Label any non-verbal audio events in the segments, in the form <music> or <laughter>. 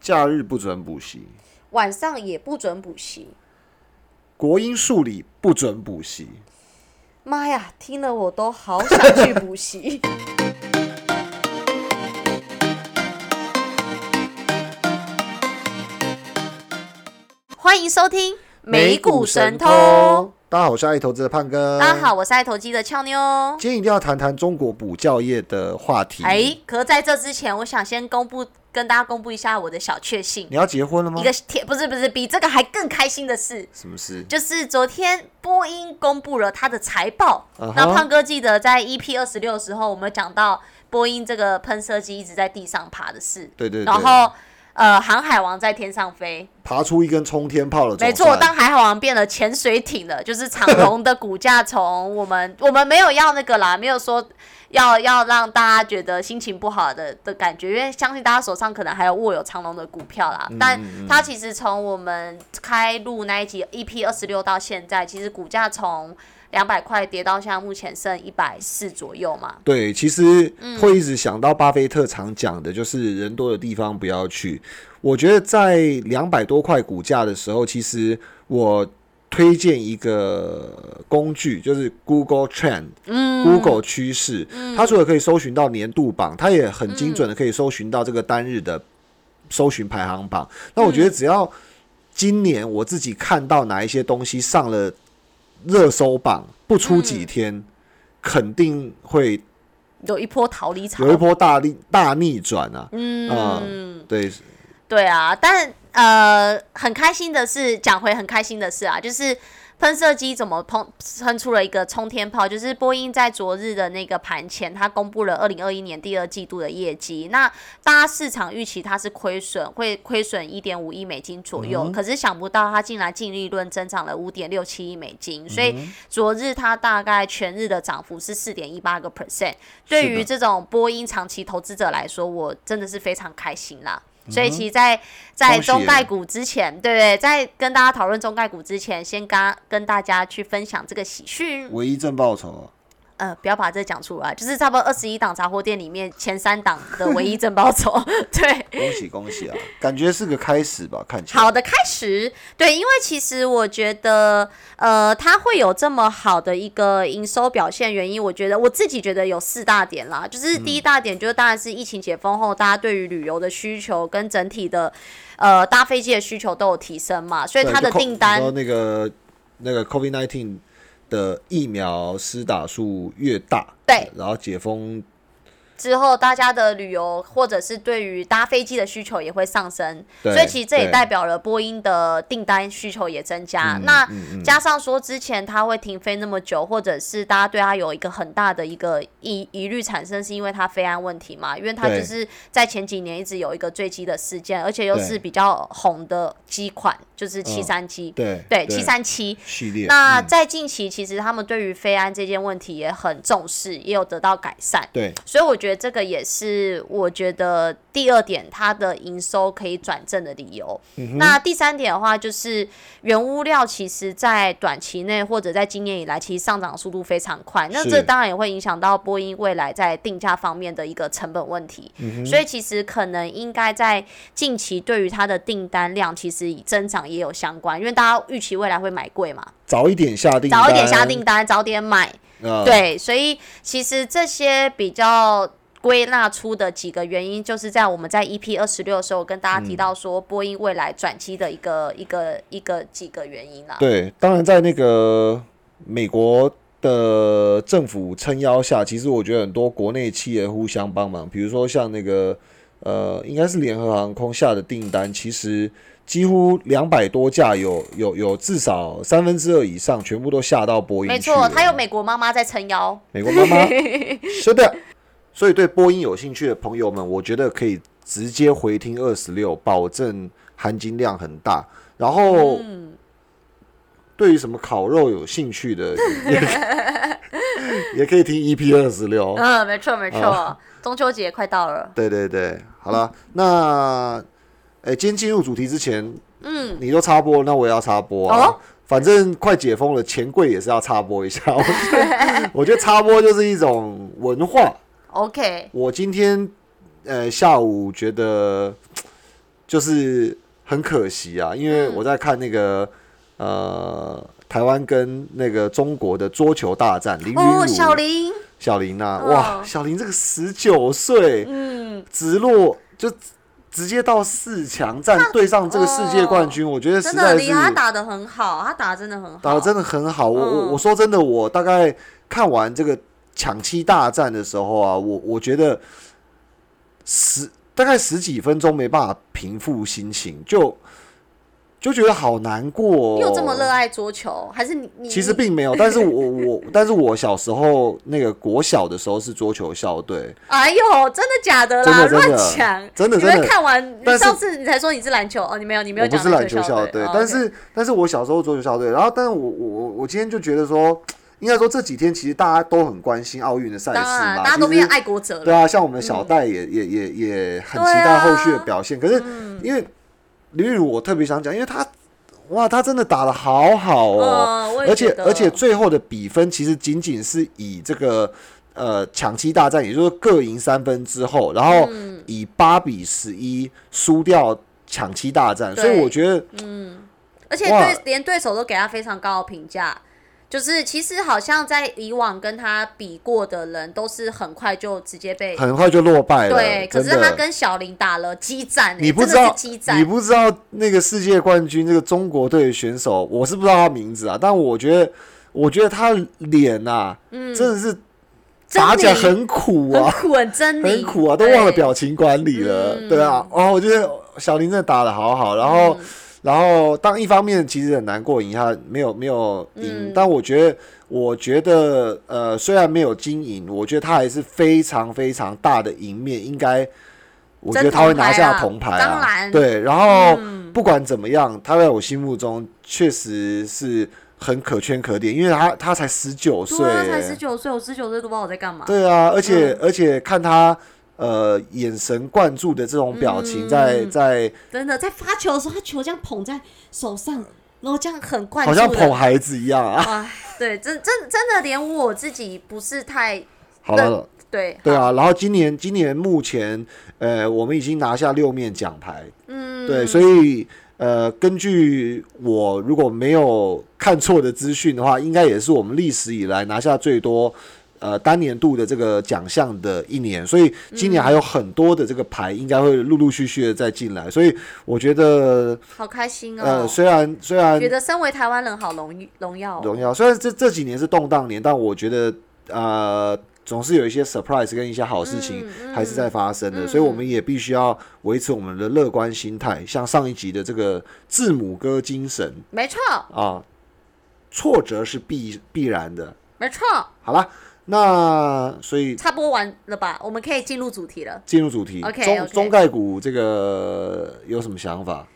假日不准补习，晚上也不准补习。国英数理不准补习。妈呀，听了我都好想去补习。 <laughs> 欢迎收听通。。大家好，我是爱投资的胖哥。大家。好，我是爱投机的俏妞。今天一定要谈谈中国补教业的话题。哎，可在这之前，我想先公布跟大家公布一下我的小确幸你，要结婚了吗一？个铁不是不是比这个还更开心的事，什么事？就是昨天波音公布了它的财报。啊哈那胖哥记得在 EP 二十六的时候，我们有讲到波音这个喷射机一直在地上爬的事，对对对。然后呃航海王在天上飞，爬出一根冲天炮了，没总错，算当海海王变了潜水艇了，就是长隆的股价从我们 <laughs> 我们没有要那个啦，没有说要要让大家觉得心情不好的的感觉，因为相信大家手上可能还有握有长隆的股票啦。嗯但它其实从我们开录那一集 EP 二十六到现在，其实股价从两百块跌到现在目前剩一百四左右嘛。对，其实会一直想到巴菲特常讲的，就是人多的地方不要去。我觉得在两百多块股价的时候，其实我推荐一个工具，就是 Google Trend，嗯，Google 趋势，它除了可以搜寻到年度榜，它也很精准的可以搜寻到这个单日的搜寻排行榜。那我觉得只要今年我自己看到哪一些东西上了热搜榜，不出几天。肯定会有一波逃离潮，有一波大逆大逆转啊！嗯、对，对啊，但呃，很开心的是，讲回很开心的事啊，就是喷射机怎么喷喷出了一个冲天炮，就是波音在昨日的那个盘前，它公布了二零二一年第二季度的业绩。那大家市场预期它是亏损，会亏损一点五亿美金左右，可是想不到它竟然净利润增长了五点六七亿美金，所以昨日它大概全日的涨幅是四点一八个 percent。对于这种波音长期投资者来说，我真的是非常开心啦。所以其实在，在恭喜中概股之前，对不对？在跟大家讨论中概股之前，先跟跟大家去分享这个喜讯。唯一正报酬啊，呃，不要把这讲出来，就是差不多二十一档杂货店里面前三档的唯一正 <laughs> 报酬。对，恭喜恭喜啊！感觉是个开始吧，看起来。好的开始，对，因为其实我觉得，呃，它会有这么好的一个营收表现，原因我觉得我自己觉得有四大点啦，就是嗯第一大点就是当然是疫情解封后，大家对于旅游的需求跟整体的呃搭飞机的需求都有提升嘛，所以对它的就 co- 订单你说那个那个 COVID nineteen 的疫苗施打数越大，对，然后解封，之后，大家的旅游或者是对于搭飞机的需求也会上升，对所以其实这也对代表了波音的订单需求也增加。嗯那、加上说之前它会停飞那么久，或者是大家对它有一个很大的一个疑疑虑产生，是因为它飞安问题嘛？因为它对就是在前几年一直有一个坠机的事件，而且又对是比较红的机款，就是七三七，嗯对嗯对七三七。系列，那在近期，其实他们对于飞安这件问题也很重视，也有得到改善。对所以我觉得这个也是我觉得第二点，它的营收可以转正的理由。那第三点的话，就是原物料其实在短期内或者在今年以来，其实上涨速度非常快。那是这当然也会影响到波音未来在定价方面的一个成本问题。所以其实可能应该在近期对于它的订单量其实以增长也有相关，因为大家预期未来会买贵嘛，早一点下订单，早一点下订单，早点买。呃，对，所以其实这些比较归纳出的几个原因，就是在我们在 EP 二十六的时候跟大家提嗯到说，波音未来转机的一个、一个一个几个原因啦、啊对，当然在那个美国的政府撑腰下，其实我觉得很多国内企业互相帮忙，比如说像那个呃，应该是联合航空下的订单，其实几乎两百多架有有有至少三分之二以上全部都下到波音没去了错，他有美国妈妈在撑腰。美国妈妈是的，所以对波音有兴趣的朋友们，我觉得可以直接回听二十六，保证含金量很大。然后，对于什么烤肉有兴趣的，也可以也可以听 EP 二十六。嗯，没错没错，哦中秋节快到了。对对对，好了，那诶，今天进入主题之前，嗯，你都插播，那我也要插播啊。哦反正快解封了，钱柜也是要插播一下。我觉得，我觉得插播就是一种文化。 OK，我今天呃下午觉得就是很可惜嗯啊，因为我在看那个、呃台湾跟那个中国的桌球大战，林云哦，儒、小林，小林呐、嗯哇，小林这个十九岁，嗯，直落就直接到四强战，对上这个世界冠军，我觉得实哦真的很在是厉害，他打的很好，他打的真的很好，打的真的很好。我我嗯我说真的，我大概看完这个抢七大战的时候啊，我我觉得十大概十几分钟没办法平复心情，就就觉得好难过、哦。你有这么热爱桌球，还是你你其实你并没有，但是我我 <laughs> 但是我小时候那个国小的时候是桌球校队，哎呦，真的假的啦？真的真乱的讲，真的你真的们看完，但你是上次你才说你是篮球哦，你没有，你没有我不讲是篮球校校队队，，哦但 OK 是但是我小时候桌球校队，然后但是我我我我今天就觉得说，应该说这几天其实大家都很关心奥运的赛事当嘛，然大家都其实变爱国者对了，啊，像我们的小戴也、也也也很期嗯对待啊嗯后续的表现，可是因为李雨我特别想讲，因为他哇，他真的打的好好哦，嗯，我也而且觉得而且最后的比分其实仅仅是以这个呃抢七大战，也就是说各赢三分之后，然后嗯以八比十一输掉抢七大战，所以对我觉得。而且哇对连对手都给他非常高的评价，就是其实好像在以往跟他比过的人都是很快就直接被很快就落败了。对，可是真的他跟小林打了激战、欸，你不真知的是道激，你战，不知道那个世界冠军这个中国队的选手，我是不知道他名字啊，但我觉得，我觉得他脸啊，真的是打起来嗯狞很苦很啊，苦很狰狞，很苦啊，都忘了对表情管理了，哎嗯对啊，哦，我觉得小林真的打的好好，然后，然后，当一方面其实很难过，赢他没有没有赢，嗯但我觉得，我觉得，呃，虽然没有金银，我觉得他还是非常非常大的赢面，应该，我觉得他会拿下铜牌真铜牌啊当啊，然嗯对，然后不管怎么样，他在我心目中确实是很可圈可点，因为他他才十九岁对啊，欸，才十九岁，我十九岁都不知道我在干嘛。对啊，而且、而且看他呃眼神灌注的这种表情嗯在，在真的在发球的时候，他球这样捧在手上，然后这样很灌注好的，像捧孩子一样 <laughs> 啊。哇，对，真真真的连我自己不是太好了，对，对啊，然后今年今年目前呃我们已经拿下六面奖牌，嗯，对，所以呃根据我如果没有看错的资讯的话，应该也是我们历史以来拿下最多。呃，单年度的这个奖项的一年，所以今嗯年还有很多的这个牌应该会陆陆续续的再进来，所以我觉得好开心哦呃，。虽然虽然觉得身为台湾人好荣誉荣耀、哦，荣耀，虽然这这几年是动荡年，但我觉得呃，总是有一些 surprise 跟一些好事嗯情还是在发生的，所以我们也必须要维持我们的乐观心态，像上一集的这个字母哥精神没错，啊，挫折是必必然的。没错，好啦，那所以差不多完了吧？我们可以进入主题了。进入主题 OK，中 OK 中概股这个有什么想法？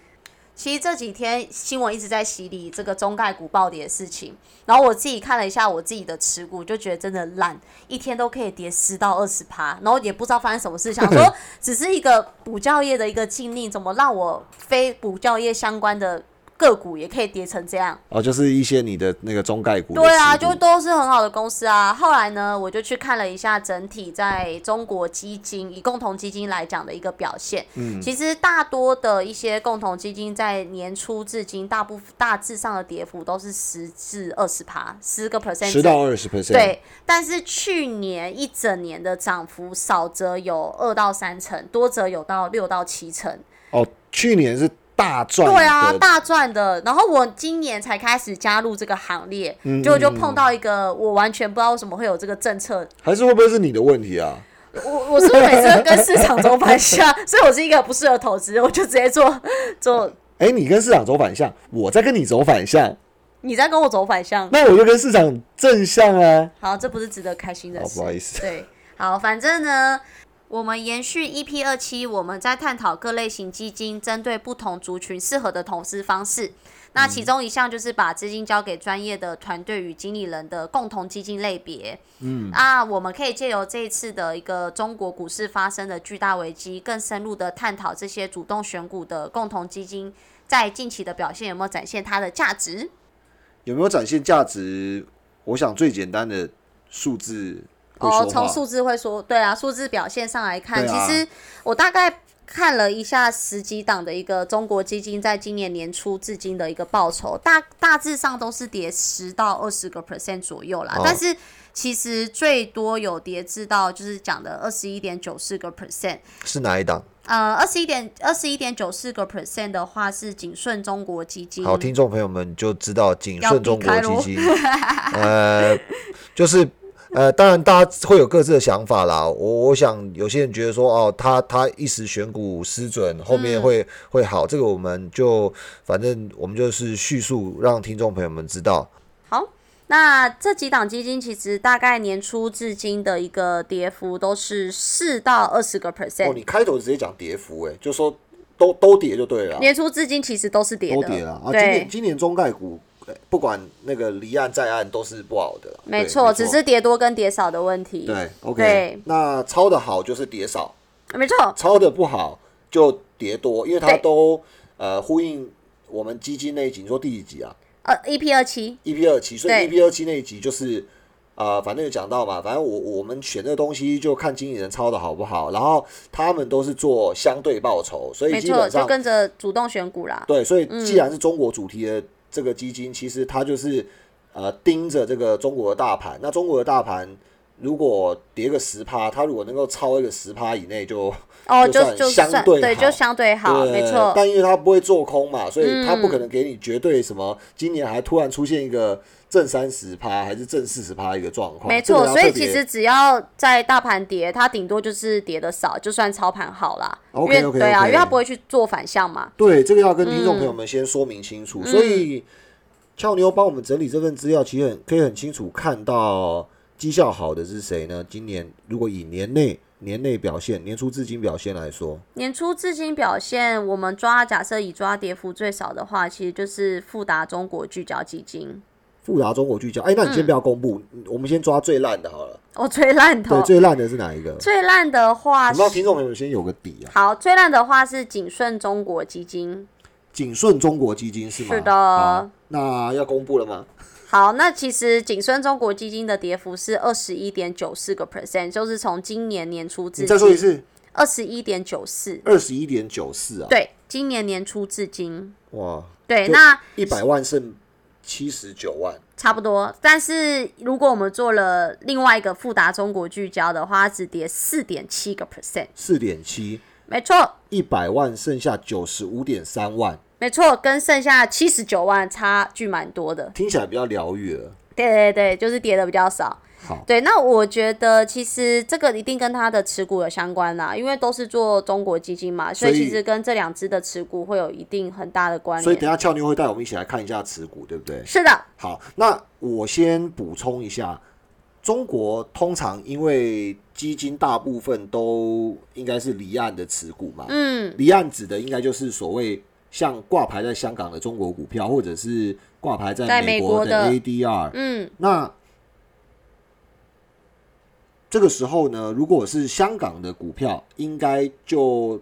其实这几天新闻一直在洗礼这个中概股暴跌的事情，然后我自己看了一下我自己的持股，就觉得真的烂，一天都可以跌十到二十趴，然后也不知道发生什么事，想说只是一个补教业的一个禁令，怎么让我非补教业相关的个股也可以跌成这样？哦，就是一些你的那个中概股的对啊，持股就都是很好的公司啊。后来呢，我就去看了一下整体在中国基金以共同基金来讲的一个表现。嗯，其实大多的一些共同基金在年初至今，大部大致上的跌幅都是十至二十趴，十个 percent 十到二十 percent，对，但是去年一整年的涨幅少则有二到三成，多则有到六到七成。哦，去年是大赚的，对啊，大赚的。然后我今年才开始加入这个行列，结果就碰到一个我完全不知道为什么会有这个政策。还是会不会是你的问题啊？我我是不是每次都跟市场走反向，所以我是一个不适合投资，我就直接做做。哎、你跟市场走反向，我在跟你走反向，你在跟我走反向，那我就跟市场正向啊。好，这不是值得开心的哦，事不。好意思，对，好，反正呢，我们延续 EP 二七，我们在探讨各类型基金针对不同族群适合的投资方式。那其中一项就是把资金交给专业的团队与经理人的共同基金类别。嗯，啊，我们可以借由这一次的一个中国股市发生的巨大危机，更深入的探讨这些主动选股的共同基金在近期的表现有没有展现它的价值。有没有展现价值？我想最简单的数字会哦，说从话。数字会说，对啊，数字表现上来看，对啊其实我大概看了一下十几档的一个中国基金在今年年初至今的一个报酬，大大致上都是跌十到二十个 percent 左右啦。哦但是其实最多有跌至到就是讲的二十一点九四个 percent。是哪一档？呃，二十一点二十一点九四个 percent 的话是景顺中国基金。好，听众朋友们就知道景要顺避中开国咯基金， <laughs> 呃，就是呃，当然大家会有各自的想法啦。我我想有些人觉得说，哦，他他一时选股失准，后面嗯会、会好，这个我们就反正我们就是叙述让听众朋友们知道。好，那这几档基金其实大概年初至今的一个跌幅都是四到二十哦个 percent，、开头直接讲跌幅、哎，就说都都跌就对了啊年初至今其实都是跌都的，跌了啊！今对年，今年中概股、呃不管那个离岸在岸都是不好的啦，没对错，只是跌多跟跌少的问题，对对，OK，那抄的好就是跌少，没错，抄的不好就跌多，因为它对都呃呼应我们基金那一集，你说第几集啊呃，EP 二七， ？EP 二期，所以对 EP 二期那一集就是。呃，反正有讲到嘛，反正我我们选这个东西就看经理人抄的好不好，然后他们都是做相对报酬，所以没基错，本就上跟嗯着主动选股啦，对，所以既然是中国主题的这个基金，其实它就是呃盯着这个中国的大盘。那中国的大盘如果跌个十趴，它如果能够超一个十趴以内就，哦，就就算就相算对对，好就相对好，对没错，但因为它不会做空嘛，所以它不可能给你绝对什嗯么。今年还突然出现一个正三十趴还是正四十趴一个状况，没这个错，要所以特别其实只要在大盘跌，它顶多就是跌的少，就算操盘好啦。 OK，因为 OK，对啊， OK 因为它不会去做反向嘛。对，这个要跟听众朋友们先说明清嗯楚。所以，俏妞帮我们整理这份资料，其实很可以很清楚看到绩效好的是谁呢？今年如果以年内年内表现、年初至今表现来说，年初至今表现，我们抓假设以抓跌幅最少的话，其实就是富达中国聚焦基金，富达中国聚焦，哎，嗯那你先不要公布，我们先抓最烂的好了。哦，最烂对，头，最烂的是哪一个？最烂的话我们让是听众朋友们先有个底啊。好，最烂的话是景顺中国基金。景顺中国基金是吗？哦是的好那要公布了吗？好，那其实景顺中国基金的跌幅是二十一点九四个 percent，就是从今年年初你至再说一今次，二十一点九四，二十一点九四啊！对，今年年初至今，哇，对，就那一百万剩七十九万。差不多。但是如果我们做了另外一个富达中国聚焦的话，它只跌四点七个 percent，四点七，没错，一百万剩下九十五点三万，没错，跟剩下七十九万差距蛮多的。听起来比较疗愈了。对对对，就是跌的比较少。好，对，那我觉得其实这个一定跟它的持股有相关啦，因为都是做中国基金嘛，所以所以其实跟这两只的持股会有一定很大的关所以联。等一下俏妞会带我们一起来看一下持股，对不对？是的，好，那我先补充一下，中国通常因为基金大部分都应该是离岸的持股嘛，嗯，离岸指的应该就是所谓像挂牌在香港的中国股票，或者是挂牌在在美美国国的的 ADR，嗯，那这个时候呢，如果是香港的股票，应该就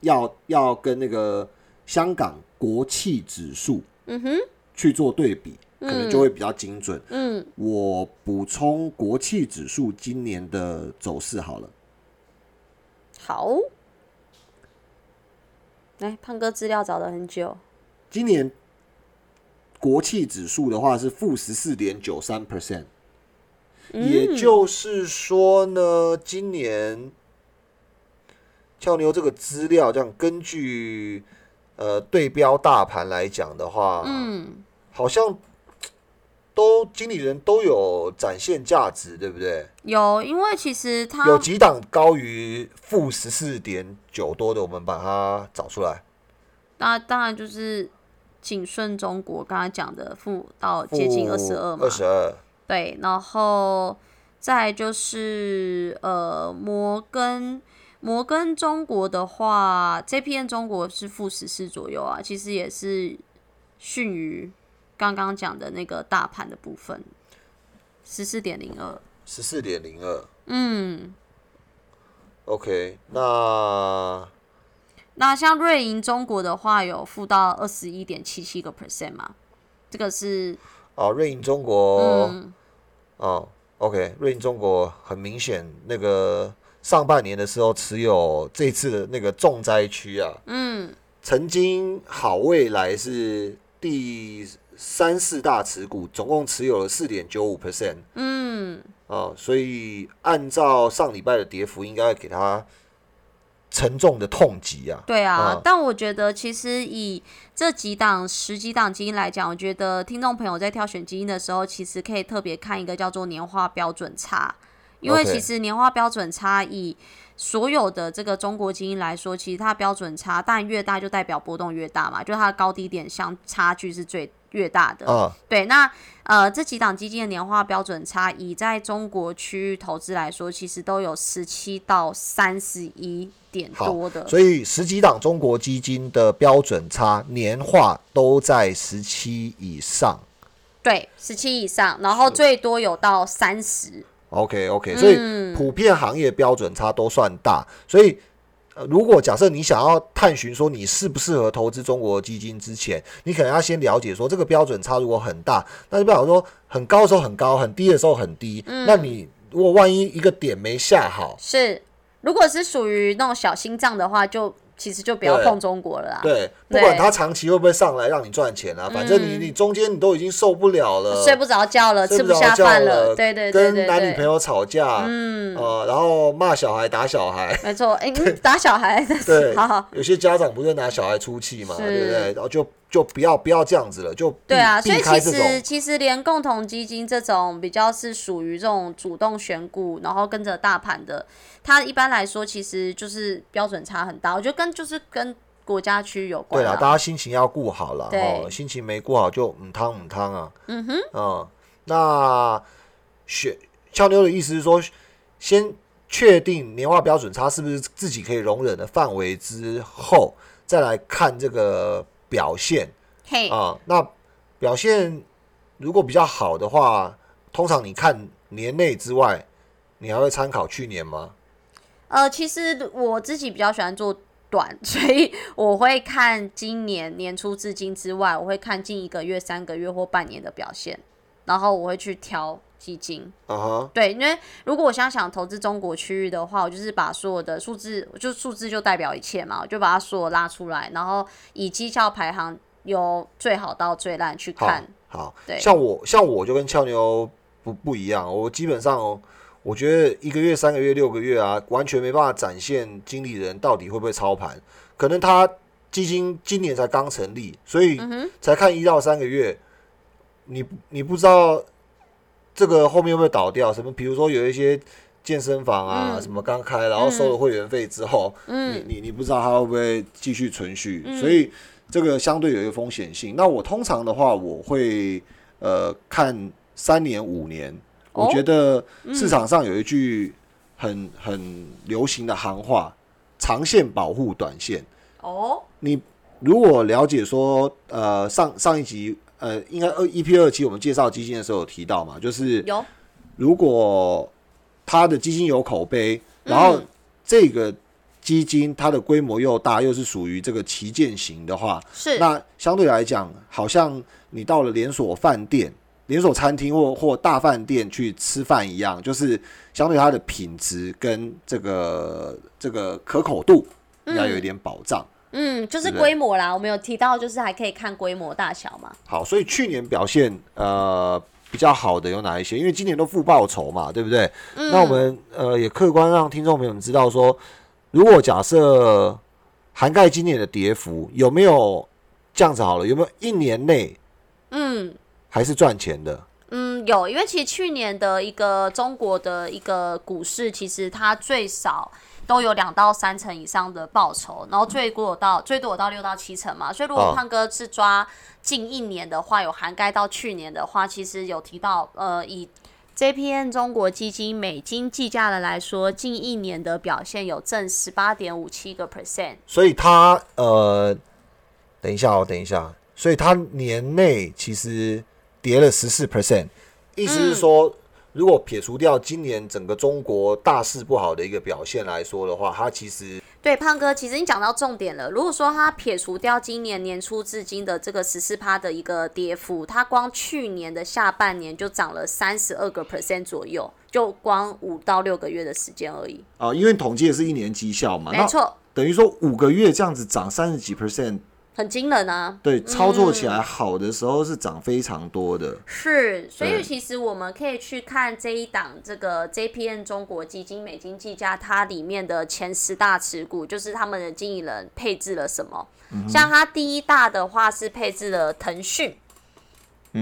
要要跟那个香港国企指数，嗯哼，去做对比，可能就会比较精准。嗯，我补充国企指数今年的走势好了，好。来，胖哥资料找了很久。今年国企指数的话是负十四点九三 percent。也嗯就是说呢，今年俏妞这个资料，这样根据呃对标大盘来讲的话，嗯，好像都经理人都有展现价值，对不对？有，因为其实它有几档高于负十四点九多的，我们把它找出来，那当然就是景顺中国刚刚讲的负到接近二十二嘛二，十二，对，然后再就是呃摩根摩根中国的话，JPN 中国是负十四左右啊，其实也是逊于刚刚讲的那个大盘的部分，十四点零二，十四点零二。嗯。 OK，那那像瑞银中国的话，有负到二十一点七七个 percent 嘛，这个是啊，瑞银中国。啊嗯，哦，OK，瑞银中国很明显那个上半年的时候持有这次的那个重灾区啊，嗯，曾经好未来是第三四大持股，总共持有了四点九五 percent 嗯，啊，所以按照上礼拜的跌幅，应该给它沉重的痛击啊。对啊，嗯但我觉得其实以这几档十几档基因来讲，我觉得听众朋友在挑选基因的时候，其实可以特别看一个叫做年化标准差，因为 OK 其实年化标准差以所有的这个中国基因来说，其实它标准差，但越大就代表波动越大嘛，就它的高低点相差距是最越大的。啊，对，那呃，这几档基金的年化标准差，以在中国区域投资来说，其实都有十七到三十一点好多的。所以十几档中国基金的标准差年化都在十七以上。对，十七以上，然后最多有到三十。 OK OK，所以普遍行业标准差都算大，所以。呃如果假设你想要探寻说你适不适合投资中国基金之前，你可能要先了解说这个标准差如果很大，那就代表说很高的时候很高，很低的时候很低。那你如果万一一个点没下好，是，如果是属于那种小心脏的话，就其实就不要对碰中国了啦。对，不管对它长期会不会上来让你赚钱啊，反正你你中间你都已经受不了了，睡不着觉了，睡吃不着下觉饭了，对对对跟男女对朋对，友吵架，嗯，呃，然后骂小孩、打小孩，没错。哎，嗯打小孩，对 <laughs> 好好，有些家长不是拿小孩出气嘛，是对不对？然后就就不要不要这样子了，就避对啊，所避以开其这实种。其实连共同基金这种比较是属于这种主动选股，然后跟着大盘的，它一般来说其实就是标准差很大。我觉得跟就是跟国家区有对关啦，大家心情要顾好了对哦，心情没顾好就嗯汤嗯汤啊，嗯哼，嗯，那选俏妞的意思是说，先确定年化标准差是不是自己可以容忍的范围之后，再来看这个表现，嘿，啊、那表现如果比较好的话，通常你看年内之外，你还会参考去年吗？呃，其实我自己比较喜欢做短， <laughs> 所以我会看今年年初至今之外，我会看近一个月、三个月或半年的表现，然后我会去挑基金。啊哈，对，因为如果我现在想投资中国区域的话，我就是把所有的数字，就数字就代表一切嘛，我就把它所有拉出来，然后以绩效排行由最好到最烂去好看。，好，对像我像我就跟俏妞不不一样，我基本上、哦我觉得一个月、三个月、六个月啊，完全没办法展现经理人到底会不会操盘，可能他基金今年才刚成立，所以嗯哼，才看一到三个月，你你不知道这个后面会不会倒掉？什么，比如说有一些健身房啊，嗯什么刚开，然后收了会员费之后，嗯你你你不知道它会不会继续存续，嗯所以这个相对有一个风险性。那我通常的话，我会呃看三年五年，哦我觉得市场上有一句很很流行的行话：长线保护短线。哦，你如果了解说，呃，上上一集，呃，应该二 EP 二期我们介绍基金的时候有提到嘛，就是有，如果它的基金有口碑，然后嗯这个基金它的规模又大，又是属于这个旗舰型的话，是，那相对来讲，好像你到了连锁饭店、连锁餐厅或或大饭店去吃饭一样，就是相对它的品质跟这个这个可口度应该有一点保障。嗯，就是对不对规模啦，我们有提到，就是还可以看规模大小嘛。好，所以去年表现呃比较好的有哪一些？因为今年都负报酬嘛，对不对？那我们呃也客观让听众朋友们知道说，如果假设涵盖今年的跌幅，有没有这样子好了？有没有一年内嗯还是赚钱的？嗯，有，因为其实去年的一个中国的一个股市，其实它最少都有两到三成以上的报酬，然后最多有到最多有到六到七成嘛。所以如果哦胖哥是抓近一年的话，有涵盖到去年的话，其实有提到呃以。JPN 中国基金美金计价的来说，近一年的表现有正十八点五七个 percent，所以它呃，等一下哦，等一下，所以它年内其实跌了十四 percent，意思是说，如果撇除掉今年整个中国大势不好的一个表现来说的话，它其实对，胖哥，其实你讲到重点了。如果说他撇除掉今年年初至今的这个十四趴的一个跌幅，它光去年的下半年就涨了三十二个 percent 左右，就光五到六个月的时间而已。啊，因为统计的是一年绩效嘛，没啊那错，等于说五个月这样子涨三十几 percent，很惊人啊。对，操作起来好的时候是涨非常多的。是，所以对其实我们可以去看这一档这个 JPN 中国基金美金计价，它里面的前十大持股，就是他们的经理人配置了什么。像它第一大的话是配置了腾讯，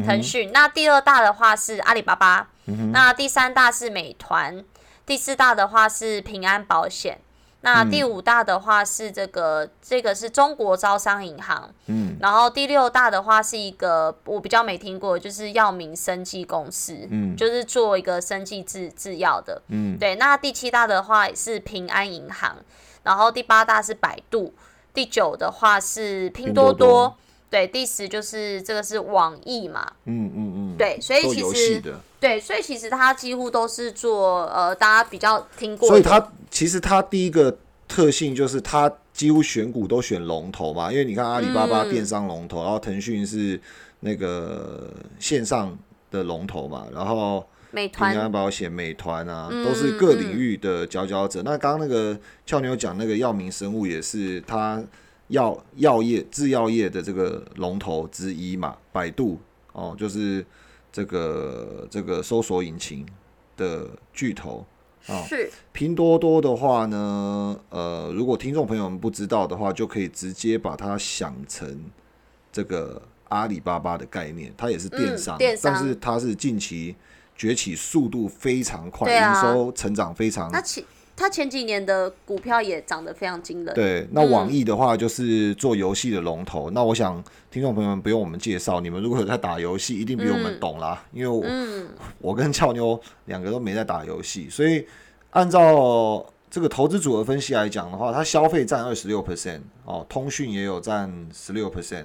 腾讯。那第二大的话是阿里巴巴，那第三大是美团，第四大的话是平安保险。那嗯第五大的话是这个，这个是中国招商银行，嗯然后第六大的话是一个我比较没听过，就是药明生技公司，嗯就是做一个生技制制药的。嗯对，那第七大的话是平安银行，然后第八大是百度，第九的话是拼多拼多多对，第十就是这个是网易嘛，嗯嗯嗯，对，所以做其游戏实的，对，所以其实它几乎都是做呃大家比较听过的，所以它其实它第一个特性就是它几乎选股都选龙头嘛，因为你看阿里巴巴嗯电商龙头，然后腾讯是那个线上的龙头嘛，然后美平安团嗯保险、美团啊，都是各领域的佼佼者。那刚刚那个俏妞讲那个药明生物也是它药药业制药业的这个龙头之一嘛，百度哦，就是这个这个搜索引擎的巨头。哦是拼多多的话呢，呃，如果听众朋友们不知道的话，就可以直接把它想成这个阿里巴巴的概念，它也是电商，嗯电商但是它是近期崛起速度非常快，对啊营收成长非常那前它前几年的股票也涨得非常惊人，对，那网易的话就是做游戏的龙头。那我想听众朋友们不用我们介绍，你们如果有在打游戏，一定比我们懂啦，因为我、 <laughs> 我跟俏妞两个都没在打游戏，所以按照这个投资组合分析来讲的话，它消费占二十六 percent 哦，通讯也有占十六 percent，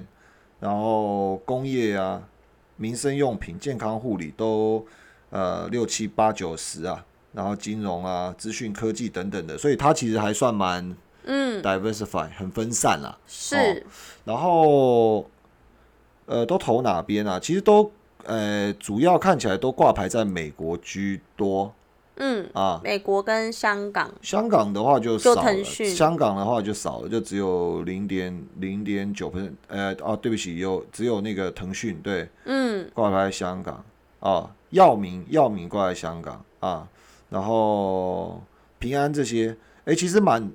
然后工业啊、民生用品、健康护理都呃六七八九十啊。然后金融啊、资讯科技等等的，所以它其实还算蛮嗯， diversify 很分散啦，是。然后呃都投哪边啊？其实都呃主要看起来都挂牌在美国居多嗯，啊，美国跟香港，香港的话就就少了，腾讯香港的话就少了，就只有零点零点九 percent，呃哦对不起，有只有那个腾讯对嗯，挂牌在香港啊，药明药明挂在香港啊，然后平安这些，哎、其实蛮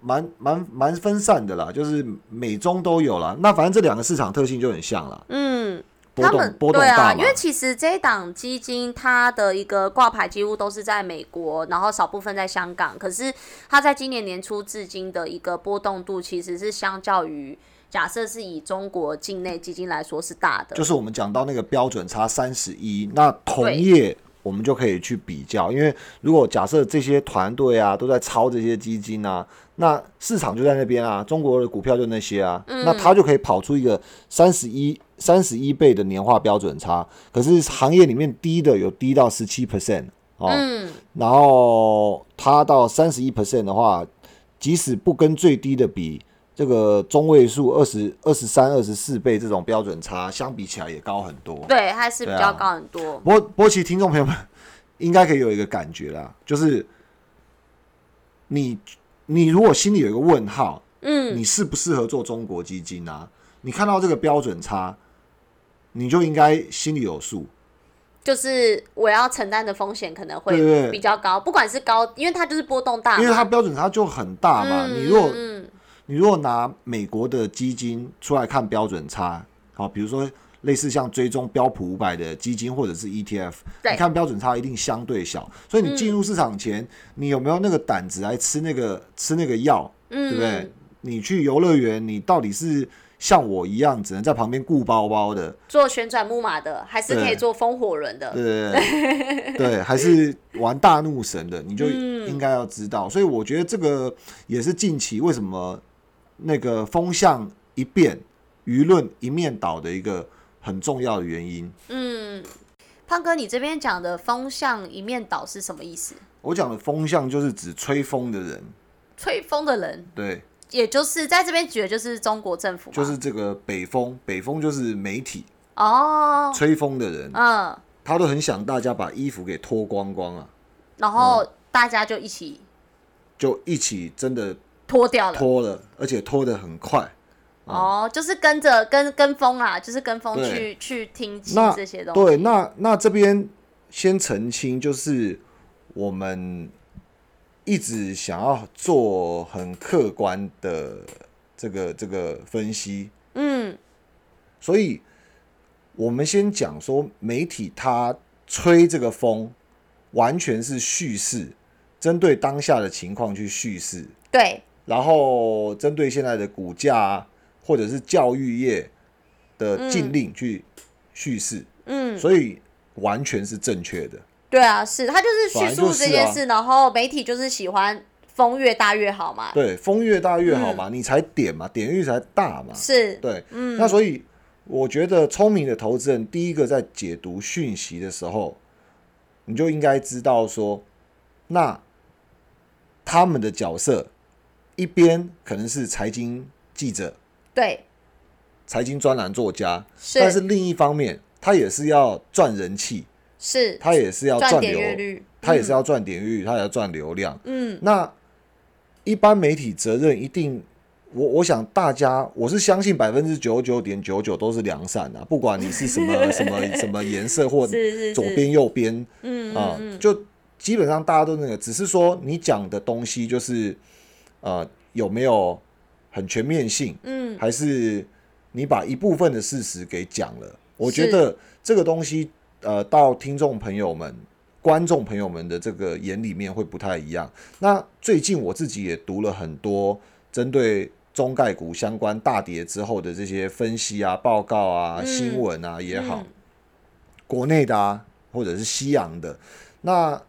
蛮蛮蛮分散的啦，就是美中都有啦。那反正这两个市场特性就很像啦，嗯，波他动们波动对啊，大因嘛为。其实这一档基金它的一个挂牌几乎都是在美国，然后少部分在香港。可是它在今年年初至今的一个波动度，其实是相较于假设是以中国境内基金来说是大的。就是我们讲到那个标准差三十一，那同业我们就可以去比较，因为如果假设这些团队啊都在抄这些基金啊，那市场就在那边啊，中国的股票就那些啊，那它就可以跑出一个三十一三十一倍的年化标准差，可是行业里面低的有低到十七 percent 哦，嗯，然后它到三十一 percent 的话，即使不跟最低的比，这个中位数二十二十三、二十四倍这种标准差相比起来也高很多。对，还是比对啊较高很多。不过，不过其实听众朋友们应该可以有一个感觉啦，就是你你如果心里有一个问号，嗯，你适不适合做中国基金啊？你看到这个标准差，你就应该心里有数。就是我要承担的风险可能对对会对比较高，不管是高，因为它就是波动大嘛，因为它标准差就很大嘛，啊嗯你如果嗯嗯你如果拿美国的基金出来看标准差，好，比如说类似像追踪标普五百的基金或者是 ETF，对嗯你看标准差一定相对小，所以你进入市场前，你有没有那个胆子来吃那个吃那个药，嗯对不对？你去游乐园，你到底是像我一样只能在旁边顾包包的，做旋转木马的，还是可以对做风火轮的。对对 <laughs> 对对，还是玩大怒神的，你就嗯应该要知道。所以我觉得这个也是近期为什么那个风向一变，舆论一面倒的一个很重要的原因。嗯，胖哥，你这边讲的风向一面倒是什么意思？我讲的风向就是指吹风的人，吹风的人，对，也就是在这边举的就是中国政府嘛，就是这个北风，北风就是媒体哦，吹风的人，嗯，他都很想大家把衣服给脱光光啊，然后大家就一起就一起真的脱掉了。脱了，而且脱得很快。哦，就是跟着跟跟风啦，就是跟风对去去听起那这些东西。对，那那这边先澄清，就是我们一直想要做很客观的这个这个分析，嗯，所以我们先讲说媒体它吹这个风，完全是叙事，针对当下的情况去叙事，对，然后针对现在的股价、啊、或者是教育业的禁令去叙事，嗯，所以完全是正确的。对啊，是他就是本叙来述就是这件啊事，然后媒体就是喜欢风越大越好嘛。对，风越大越好嘛，你才点嘛，点域才大嘛。嗯是，嗯对，那所以我觉得聪明的投资人，第一个在解读讯息的时候，你就应该知道说，那他们的角色一边可能是财经记者、对，财经专栏作家，是但是另一方面，他也是要赚人气，是他也是要赚赚点流，阅率，他也是要赚点阅率，他也要赚流量。嗯，那一般媒体责任一定，我我想大家我是相信百分之九九点九九都是良善的、啊，不管你是什 <laughs> 么什么什么颜色或是是左是边右边嗯啊、嗯嗯，就基本上大家都那个，只是说你讲的东西就是呃有没有很全面性，嗯，还是你把一部分的事实给讲了。我觉是得这个东西，呃，到听众朋友们、观众朋友们的这个眼里面会不太一样。那最近我自己也读了很多针对中概股相关大跌之后的这些分析啊、报告啊、嗯新闻啊也好，嗯国内的啊，或者是西洋的，那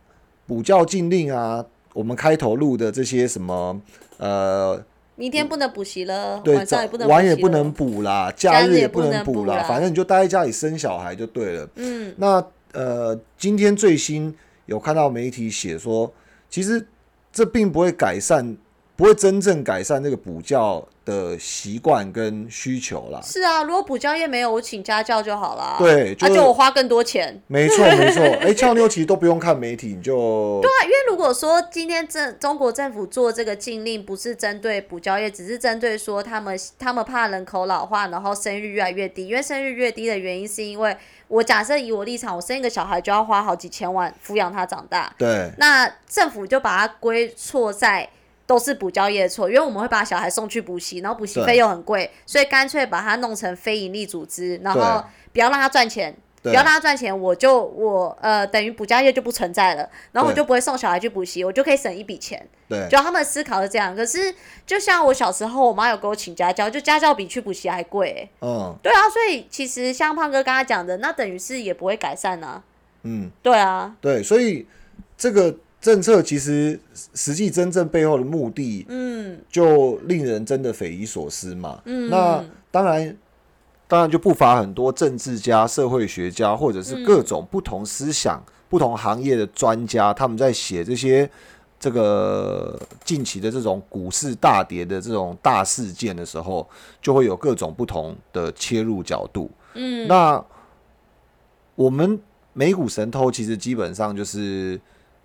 补教禁令啊，我们开头录的这些什么呃明天不能补习了，对，晚上也早不能晚补也习不了能，补啦，假假日日也也不能能补补啦啦，反正你就待在家里生小孩就对了。嗯，那呃，今天最新有看到媒体写说，其实这并不会改善，不会真正改善这个补教的习惯跟需求啦。是啊，如果补教业没有，我请家教就好啦。对而就且我花更多钱。没错，没错。哎，俏妞其实都不用看媒体，你就对啊，因为如果说今天政中国政府做这个禁令，不是针对补教业，只是针对说他们他们怕人口老化，然后生育越来越低。因为生育越低的原因，是因为我假设以我立场，我生一个小孩就要花好几千万抚养他长大，对那政府就把它归错在都是补教业的错，因为我们会把小孩送去补习，然后补习对费又很贵，所以干脆把它弄成非盈利组织，然对后不要让他赚钱。不对要让他赚钱，我就我呃等于补教业就不存在了，然后我对就不会送小孩去补习，我就可以省一笔钱。对就他们思考是这样，可是就像我小时候，我妈有给我请家教，就家教比去补习还贵、欸。嗯对啊，所以其实像胖哥刚刚讲的，那等于是也不会改善啊。嗯。对啊，对，所以这个政策其实实际真正背后的目的，嗯，就令人真的匪夷所思嘛。嗯，那当然，当然就不乏很多政治家、社会学家，或者是各种不同思想、不同行业的专家，他们在写这些。这个近期的这种股市大跌的这种大事件的时候，就会有各种不同的切入角度。嗯，那我们美股神偷其实基本上就是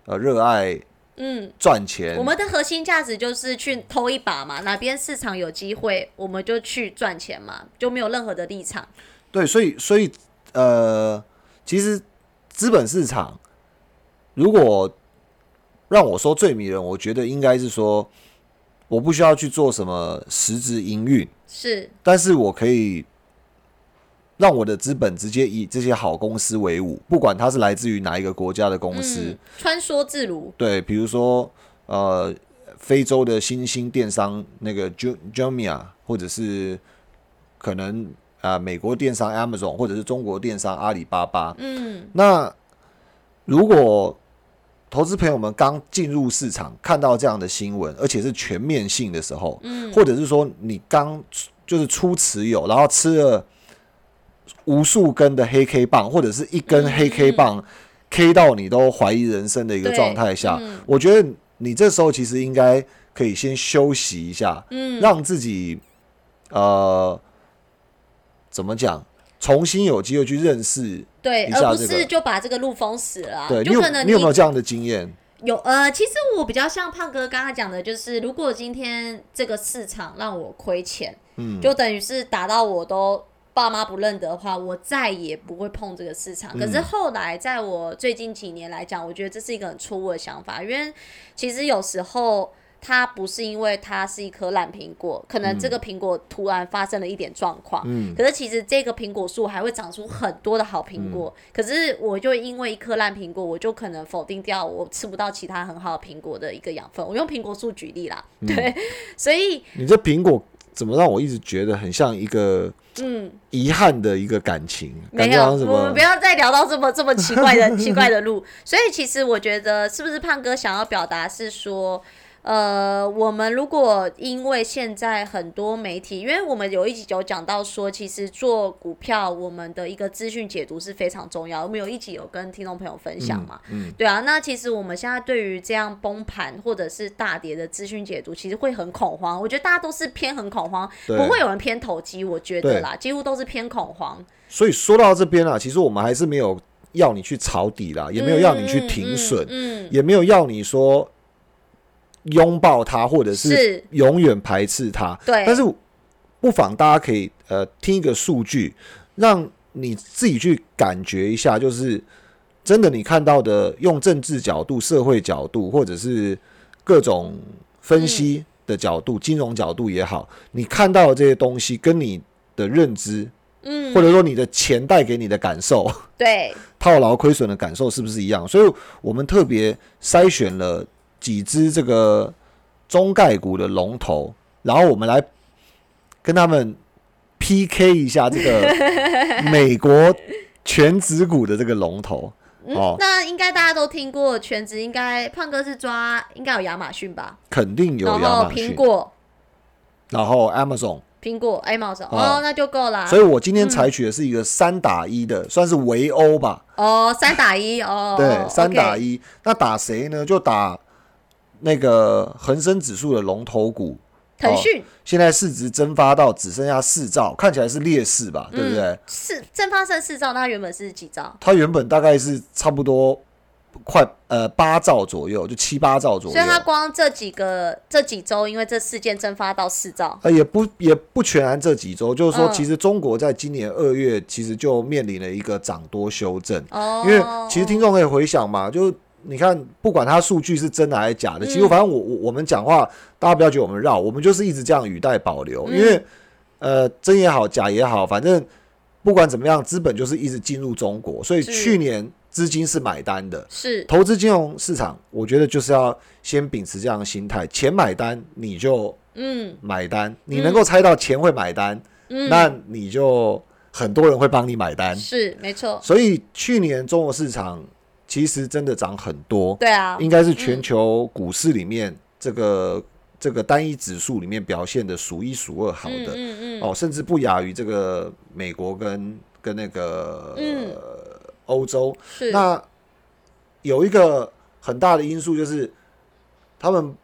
呃热爱嗯，赚钱，我们的核心价值就是去偷一把嘛，哪边市场有机会，我们就去赚钱嘛，就没有任何的立场。对，所以所以呃，其实资本市场如果让我说最迷人，我觉得应该是说，我不需要去做什么实质营运，是，但是我可以让我的资本直接以这些好公司为伍，不管它是来自于哪一个国家的公司，嗯，穿梭自如，对，比如说呃，非洲的新兴电商那个 Ju- Jumia，或者是可能啊、呃美国电商 Amazon，或者是中国电商阿里巴巴。嗯，那如果投资朋友们刚进入市场，看到这样的新闻，而且是全面性的时候，嗯，或者是说你刚出就是初持有，然后吃了无数根的黑 K 棒，或者是一嗯根黑 K 棒、K 到你都怀疑人生的一个对状态下，嗯我觉得你这时候其实应该可以先休息一下，嗯，让自己呃怎么讲？重新有机会去认识。对，一下而不这是个就把这个路封死了啊、对你就有可能你有没有这样的经验？有呃，其实我比较像胖哥刚刚讲的，就是如果今天这个市场让我亏钱，嗯，就等于是打到我都爸妈不认得的话，我再也不会碰这个市场。可是后来，在我最近几年来讲，我觉得这是一个很错误的想法，因为其实有时候。它不是因为它是一颗烂苹果，可能这个苹果突然发生了一点状况，嗯可是其实这个苹果树还会长出很多的好苹果，可是我就因为一颗烂苹果，我就可能否定掉我吃不到其他很好的苹果的一个养分。我用苹果树举例啦，对， <laughs> 所以你这苹果怎么让我一直觉得很像一个嗯，遗憾的一个感情？感没觉有，好像什我们么不？要再聊到这么这么奇怪的 <laughs> 奇怪的路。所以其实我觉得，是不是胖哥想要表达是说，呃，我们如果因为现在很多媒体，因为我们有一集有讲到说，其实做股票我们的一个资讯解读是非常重要。我们有一集有跟听众朋友分享嘛，嗯，对啊，那其实我们现在对于这样崩盘或者是大跌的资讯解读，其实会很恐慌。我觉得大家都是偏很恐慌，对不会有人偏投机，我觉得啦，几乎都是偏恐慌。所以说到这边啊，其实我们还是没有要你去抄底啦，也没有要你去停损，嗯，嗯嗯也没有要你说拥抱它，或者是是永远排斥它。对但是不妨大家可以呃听一个数据，让你自己去感觉一下，就是真的你看到的，用政治角度、社会角度，或者是各种分析嗯的角度、金融角度也好，你看到的这些东西跟你的认知，嗯，或者说你的钱带给你的感受。对，套牢亏损的感受是不是一样？所以我们特别筛选了几只这个中概股的龙头，然后我们来跟他们 PK 一下这个美国全指股的这个龙头。哦，那应该大家都听过全职，应该胖哥是抓应该有亚马逊吧，肯定有亚然后马苹逊，果。然后 Amazon，苹果 a m a 哦哦，那就够啦所。以我今天采取的是一个三打一的，算是围殴吧。哦，三打一哦，对，三打一，一。那打谁呢？就打那个恒生指数的龙头股，腾讯现在市值蒸发到只剩下四兆，看起来是劣势吧，对不对？四正发生四兆，那它原本是几兆？它原本大概是差不多快呃八兆左右，就七八兆左所右以。它光这几个这几周，因为这事件蒸发到四兆。呃，也不也不全然这几周，就是说，嗯其实中国在今年二月其实就面临了一个涨多修正，哦，因为其实听众可以回想嘛，就你看，不管它数据是真的还是假的，其实嗯反正我我我们讲话，大家不要觉得我们绕，我们就是一直这样语带保留，嗯因为呃，真也好，假也好，反正不管怎么样，资本就是一直进入中国，所以是去年资金是买单的。是投资金融市场，我觉得就是要先秉持这样的心态，钱买单你就嗯买单，你能够猜到钱会买单，嗯，那你就很多人会帮你买单。是没错，所以去年中国市场其实真的涨很多，对啊，应该是全球股市里面这个、这个单一指数里面表现的数一数二好嗯的、嗯嗯，哦，甚至不亚于这个美国跟跟那个、嗯呃欧洲。是那有一个很大的因素就是，他们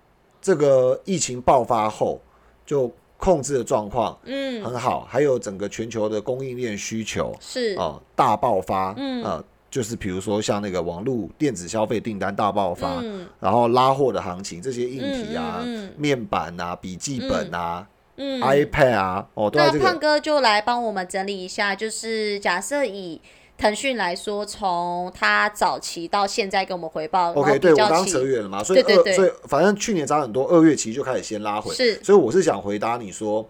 这个疫情爆发后就控制的状况嗯很好，还有整个全球的供应链需求，是哦、大爆发，嗯呃，就是比如说像那个网络电子消费订单大爆发，嗯然后拉货的行情，这些硬体啊、嗯嗯嗯面板啊、笔记本啊、嗯 iPad 啊，哦，都在那这胖个，哥就来帮我们整理一下，就是假设以腾讯来说，从它早期到现在给我们回报 OK，对然我刚后比较刚期扯远了嘛，所以二对对对所以反正去年涨很多，二月其实就开始先拉回，是所以我是想回答你说，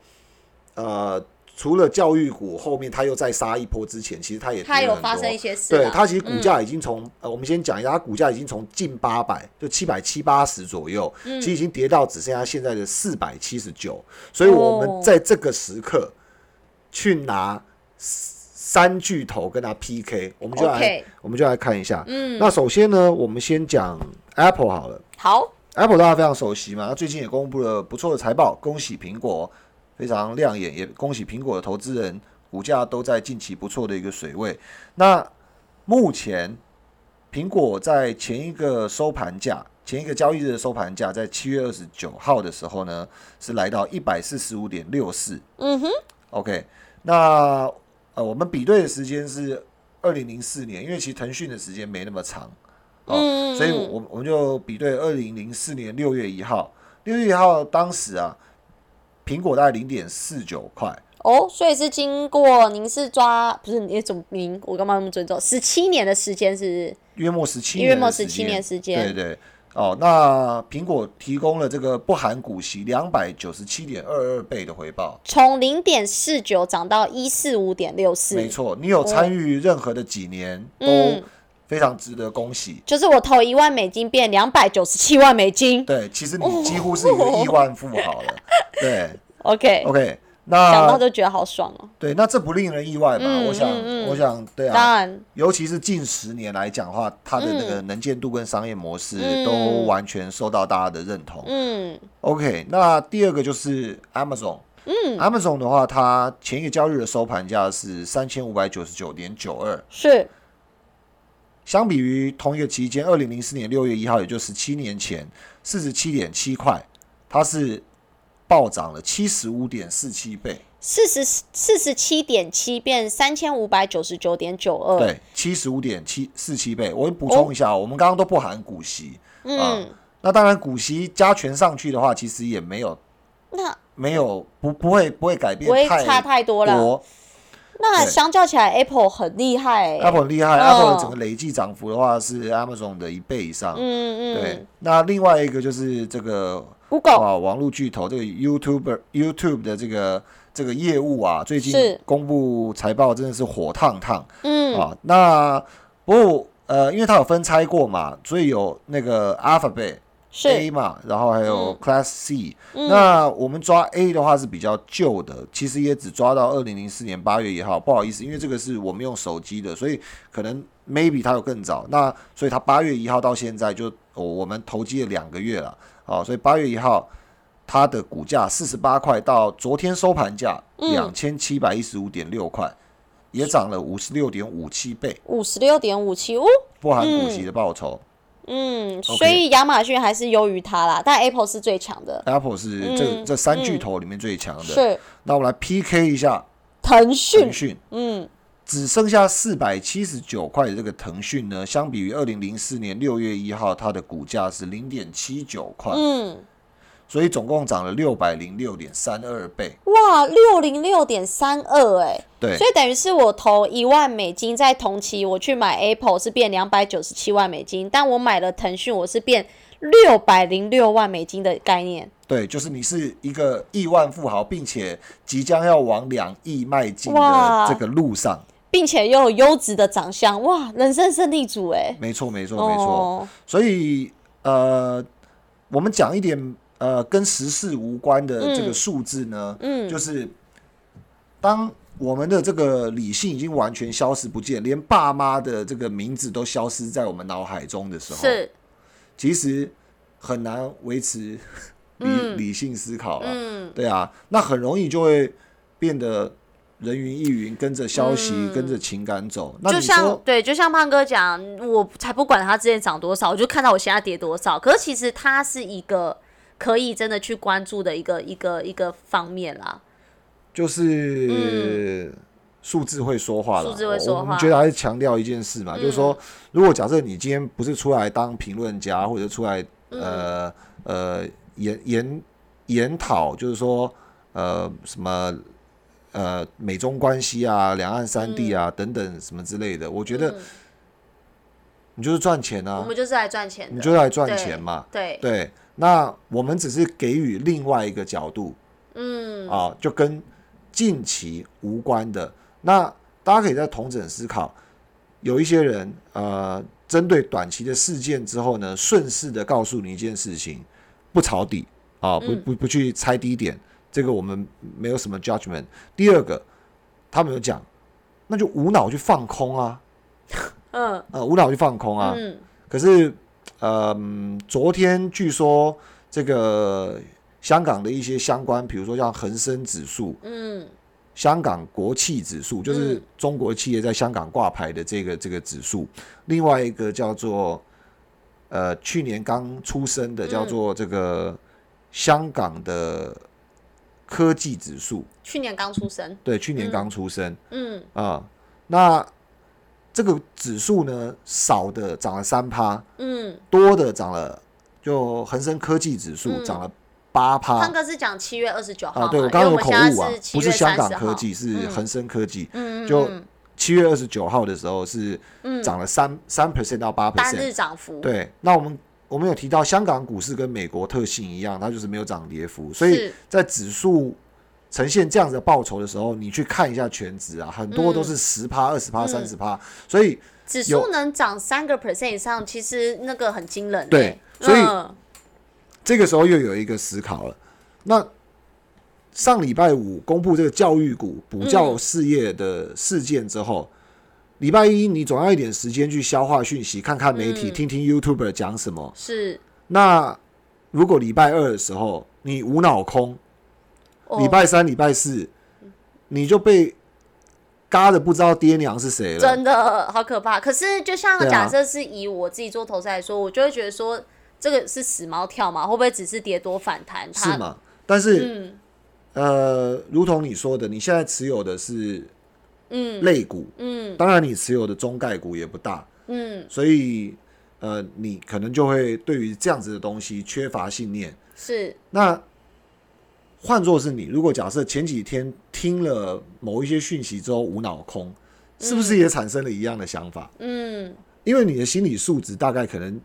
呃，除了教育股后面它又再杀一波之前，其实它也它跌了有很发多生一些事啊对啦，嗯它其实股价已经从、呃，我们先讲一下，它股价已经从近八百，就七百七八十左右，嗯其实已经跌到只剩下现在的四百七十九，所以我哦们在这个时刻去拿三巨头跟它 PK，我们就来 OK 我们就来看一下。嗯，那首先呢，我们先讲 Apple 好了好， ，Apple 大家非常熟悉嘛，它最近也公布了不错的财报，恭喜苹果，非常亮眼，也恭喜苹果的投资人，股价都在近期不错的一个水位。那目前苹果在前一个收盘价，前一个交易日的收盘价，在七月二十九号的时候呢，是来到一百四十五点六四。嗯哼， OK，那呃，我们比对的时间是二零零四年，因为其实腾讯的时间没那么长，哦，嗯所以嗯我我我们就比对二零零四年六月一号，六月一号当时啊，苹果大概零点四九块，哦，所以是经过您是抓不是你怎么您我干嘛那么尊重？十七年的时间是不是约莫十七约年的莫时17间年时间对对。哦，那苹果提供了这个不含股息两百九十七点二二倍的回报，从零点四九涨到一四五点六四，没错，你有参与任何的几年、哦嗯都非常值得恭喜。就是我投一万美金变两百九十七万美金。对，其实哦你几乎是一个亿万富豪 <laughs> 了。对 OK， ，OK，哎想到那就觉得好爽哦。对，那这不令人意外嘛？嗯我想，嗯嗯我想，对当啊，然，尤其是近十年来讲的话，它的那个能见度跟商业模式都嗯完全受到大家的认同。嗯 OK，那第二个就是 Amazon。嗯，Amazon 的话，它前一个交易日的收盘价是三千五百九十九点九二，是相比于同一个期间，二零零四年六月一号，也就十七年前，四十七点七块，它是暴涨了七十五点四七倍，四十四十七点七变三千五百九十九点九二。，对，七十五点七四七倍。我补充一哦下，我们刚刚都不含股息，嗯，啊那当然股息加权上去的话，其实也没有那没有不不会不会改变不会太差太多了。多。那对相较起来，Apple 很厉害、欸。 Apple 很厉害、嗯 a p p l e 的整个累计涨幅的话是 Amazon 的一倍以上。嗯对嗯，那另外一个就是这个，Google 哇，网络巨头这个 YouTuber YouTube 的这个这个业务啊，最近是公布财报真的是火烫烫、嗯啊。那不过呃，因为它有分拆过嘛，所以有那个 Alphabet 是 A 嘛，然后还有 Class C、嗯那我们抓 A 的话是比较旧的，其实也只抓到二零零四年八月一号。不好意思，因为这个是我们用手机的，所以可能 maybe 它有更早。那所以它八月一号到现在就、哦我们投机了两个月了，哦，所以八月一号它的股价四十八块，到昨天收盘价嗯两千七百一十五点六块，也涨了五十六点五七倍，五十六点五七五。不含股息的报酬。嗯， OK 所以亚马逊还是优于它啦，但 Apple 是最强的， Apple 是这、嗯这三巨头里面最强的。是那我们来 PK 一下腾腾讯。讯。嗯，只剩下四百七十九块的这个腾讯呢，相比于二零零四年六月一号，它的股价是零点七九块，嗯，所以总共涨了六百零六点三二倍。哇，六零六点三二哎，对所以等于是我投一万美金，在同期我去买 Apple 是变两百九十七万美金，但我买了腾讯，我是变六百零六万美金的概念。对，就是你是一个亿万富豪，并且即将要往两亿迈进的哇这个路上。并且又有优质的长相，哇，人生胜利组哎、没错，没错，没错。哦，所以呃，我们讲一点呃跟时事无关的这个嗯数字呢，嗯就是当我们的这个理性已经完全消失不见，连爸妈的这个名字都消失在我们脑海中的时候，是，其实很难维持 <laughs> 理、嗯理性思考了、嗯，对啊，那很容易就会变得。人云亦云，跟着消息，跟着情感走。那嗯就你像说，对，就像胖哥讲，我才不管它之前涨多少，我就看到我现在跌多少。可是其实它是一个可以真的去关注的一个一个一个方面啦。就是呃数字会说话了。嗯数字会说我我们话嗯觉得还是强调一件事嘛，就是说，如果假设你今天不是出来当评论家，或者出来嗯呃呃研研研讨，就是说呃什么。呃，美中关系啊，两岸三地啊，等等什么之类的，我觉得嗯你就是赚钱我啊，们就是来赚钱的，你啊就是来赚对钱嘛。对，对，那我们只是给予另外一个角度，嗯啊，就跟近期无关的。那大家可以在同整思考，有一些人呃，针对短期的事件之后呢，顺势的告诉你一件事情，不抄底啊，不嗯不不去猜低点，这个我们没有什么 judgment。第二个，他们有讲，那就无脑去放空啊，嗯呃，无脑去放空啊。嗯，可是，呃，嗯昨天据说这个香港的一些相关，比如说像恒生指数，嗯香港国企指数，就是嗯中国企业在香港挂牌的这个这个指数，另外一个叫做呃嗯去年刚出生的叫做这个香港的科技指数，去年刚出生，对，去年刚出生嗯啊、那这个指数呢，少的涨了三趴，嗯，多的涨了，就恒生科技指数嗯涨了八趴胖。哥是讲七月二十九号啊，嘛，对，我因刚刚有为我们口现在误啊是，七不是月香港30科号技，是恒生科技。嗯嗯就嗯七月二十九号的时候是涨了三三 percent 到八单 percent。日涨幅，对，那我们我们有提到香港股市跟美国特性一样，它就是没有涨跌幅，所以是在指数呈现这样子的报酬的时候，你去看一下全指啊，很多嗯都是十趴、二十趴、三十趴，所以指有数能涨三个 percent 以上，其实那个很惊人欸。对所以嗯这个时候又有一个思考了。那上礼拜五公布这个教育股补教事业的事件之后，礼、拜一你总要一点时间去消化讯息，看看媒体，嗯听听 YouTuber 讲什么。是那如果礼拜二的时候你无脑空，哦礼拜三、礼拜四你就被嘎的不知道爹娘是谁了。真的好可怕。可是就像对啊假设是以我自己做投资来说，我就会觉得说这个是死猫跳嘛，会不会只是跌多反弹？它是？吗？但是、嗯呃，如同你说的，你现在持有的是嗯类股，嗯当然你持有的中概股也不大，嗯，所以呃，你可能就会对于这样子的东西缺乏信念。是那换作是你，如果假设前几天听了某一些讯息之后无脑空，是不是也产生了一样的想法？嗯，因为你的心理素质大概可能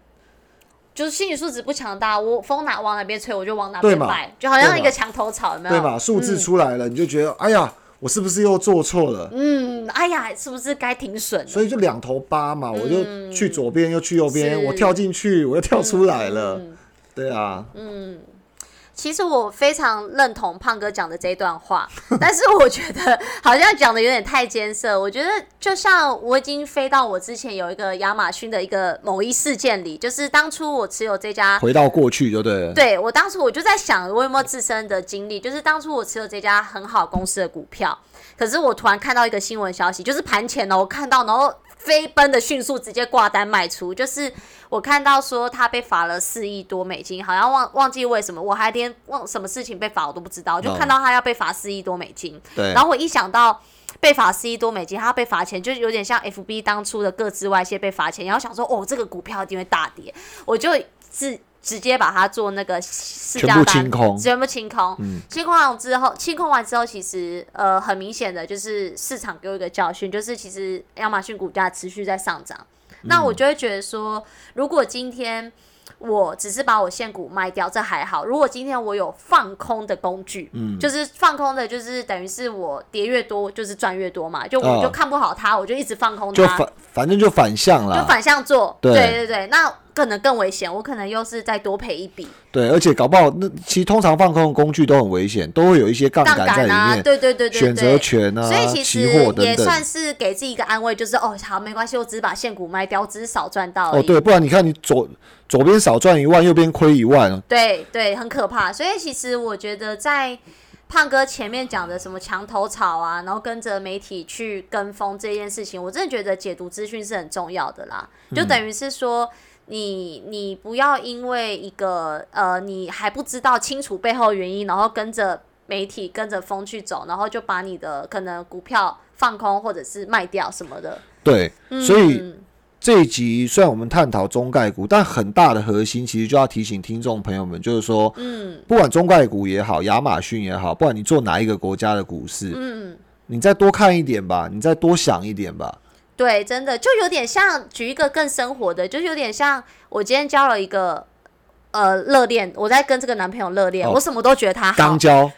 就是心理素质不强大，我风哪往哪边吹，我就往哪对边嘛摆，就好像对一嘛个墙头草，有没有？对吧？数字出来了，你就觉得哎呀，我是不是又做错了？嗯，哎呀，是不是该停损了？所以就两头扒嘛，我就去左边又去右边，嗯是我跳进去我又跳出来了，嗯对啊，其实我非常认同胖哥讲的这一段话， <laughs> 但是我觉得好像讲的有点太艰涩。我觉得就像我已经飞到我之前有一个亚马逊的一个某一事件里，就是当初我持有这家回到过去就对了。对我当初我就在想，我有没有自身的经历？就是当初我持有这家很好公司的股票，可是我突然看到一个新闻消息，就是盘前哦呢，我看到然后飞奔的迅速直接挂单卖出，就是我看到说他被罚了四亿多美金，好像忘忘记为什么，我还连忘什么事情被罚我都不知道，就嗯看到他要被罚四亿多美金，对然后我一想到被罚四亿多美金，他被罚钱，就有点像 FB 当初的各自外泄被罚钱，然后想说哦，这个股票一定会大跌，我就自直接把它做那个试全驾部单，清空全部清空。清空完之后，清空完之后，其实呃很明显的就是市场给我一个教训，就是其实亚马逊股价持续在上涨，那嗯我就会觉得说，如果今天。我只是把我现股卖掉，这还好。如果今天我有放空的工具，嗯，就是放空的，就是等于是我跌越多就是赚越多嘛，就我哦就看不好它，我就一直放空它，就反反正就反向就啦，反向做，对对对对，那可能更危险，我可能又是再多赔一笔对，而且搞不好那其实通常放空的工具都很危险，都会有一些杠杠在杆里啊，面，对对对对对，选择权啊、所以其期实货等也等。算是给自己一个安慰，就是哦，好，没关系，我只是把现股卖掉，我只是少赚到而已。哦，对，不然你看你左左边少赚一万，右边亏一万，对对，很可怕。所以其实我觉得，在胖哥前面讲的什么墙头草啊，然后跟着媒体去跟风这件事情，我真的觉得解读资讯是很重要的啦。嗯就等于是说，你你不要因为一个呃，你还不知道清楚背后原因，然后跟着媒体跟着风去走，然后就把你的可能股票放空或者是卖掉什么的。对，所以嗯这一集虽然我们探讨中概股，但很大的核心其实就要提醒听众朋友们，就是说，嗯不管中概股也好，亚马逊也好，不管你做哪一个国家的股市，嗯。你再多看一点吧，你再多想一点吧。对，真的就有点像，举一个更生活的，就是有点像我今天交了一个呃热恋，我在跟这个男朋友热恋，哦我什么都觉得他啊好刚，交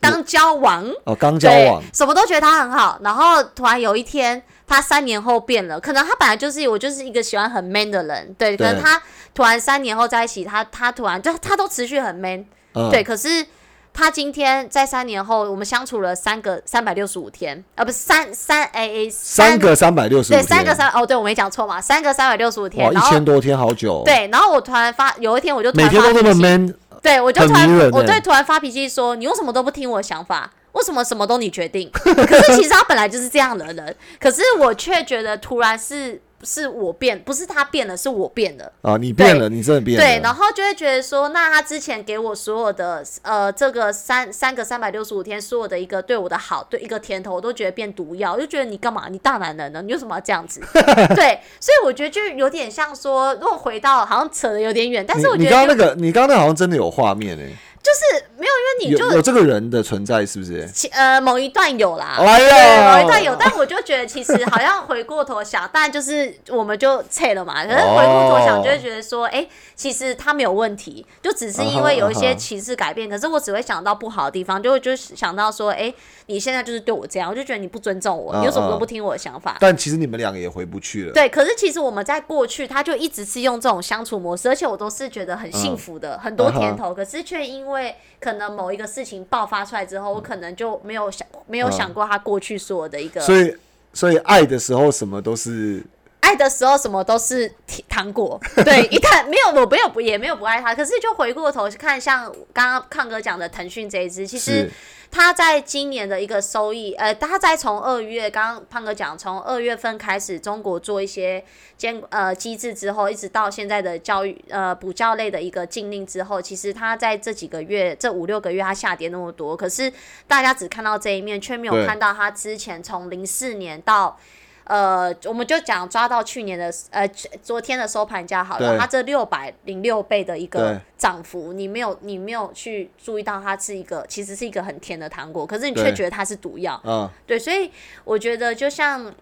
刚交往，哦，刚交对往，，什么都觉得他很好，然后突然有一天。他三年后变了，可能他本来就是我就是一个喜欢很 man 的人，对，可对能他突然三年后在一起，他他突然就他都持续很 man，嗯，对，可是他今天在三年后，我们相处了三个三百六十五天，啊，不是三三哎哎三个三百六十五对，天，三个三哦，对我没讲错嘛，三个三百六十五天，哇，然一后千多天，好久、哦。，对，然后我突然发，有一天我就突每然天发都那么脾气， man，对我就很突迷然人我欸对突然发脾气说，你为什么都不听我的想法？为什么什么都你决定？可是其实他本来就是这样的人，可是我却觉得突然是是我变，不是他变了，是我变了。啊，你变对了，你真的变了。对，然后就会觉得说，那他之前给我所有的呃，这个三三个三百六十五天所有的一个对我的好，对一个甜头，我都觉得变毒药，我就觉得你干嘛？你大男人了，你为什么要这 <laughs> 样子？对，所以我觉得就有点像说，如果回到好像扯的有点远，但是我你觉你得刚刚有那个，你刚刚那个好像真的有画面诶、就是没有，因为你有就有这个人的存在是不是？其呃某一段有啦，哎啊对，呀，某一段有，但我就觉得其实好像回过头想，但就是我们就撤了嘛。可是哦回过头想，就会觉得说，哎、其实他没有问题，就只是因为有啊一哈啊些哈歧视改变。可是我只会想到不好的地方，就会就想到说，哎、你现在就是对我这样，我就觉得你不尊重我，你为什么嗯嗯都不听我的想法？但其实你们两个也回不去了。对，可是其实我们在过去，他就一直是用这种相处模式，而且我都是觉得很嗯幸福的，很多甜头。可是却因为可能某一个事情爆发出来之后，我可能就没有想没有想过他过去所有的一个。嗯所以所以爱的时候什么都是爱的时候什么都是甜糖果，对，一旦没有我没有不也没有不爱他，可是就回过头去看，像刚刚康哥讲的腾讯这一支，其实是他在今年的一个收益，呃，他在从二月，刚刚胖哥讲，从二月份开始，中国做一些监呃机制之后，一直到现在的教育呃补教类的一个禁令之后，其实他在这几个月这五六个月他下跌那么多，可是大家只看到这一面，却没有对看到他之前从零四年到。呃，我们就讲抓到去年的呃昨天的收盘价好了，对它这六百零六倍的一个对涨幅，你没有你没有去注意到它是一个其实是一个很甜的糖果，可是你却对觉得它是毒药。啊、对，所以我觉得就像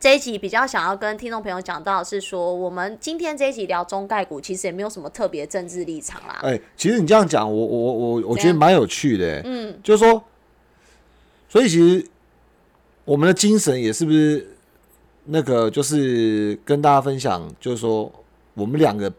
这一集比较想要跟听众朋友讲到的是说，我们今天这一集聊中概股，其实也没有什么特别政治立场啦。哎、其实你这样讲，我我我我觉怎得样蛮有趣的、欸。嗯，就是说，所以其实我们的精神也是不是那个，就是跟大家分享，就是说我们两个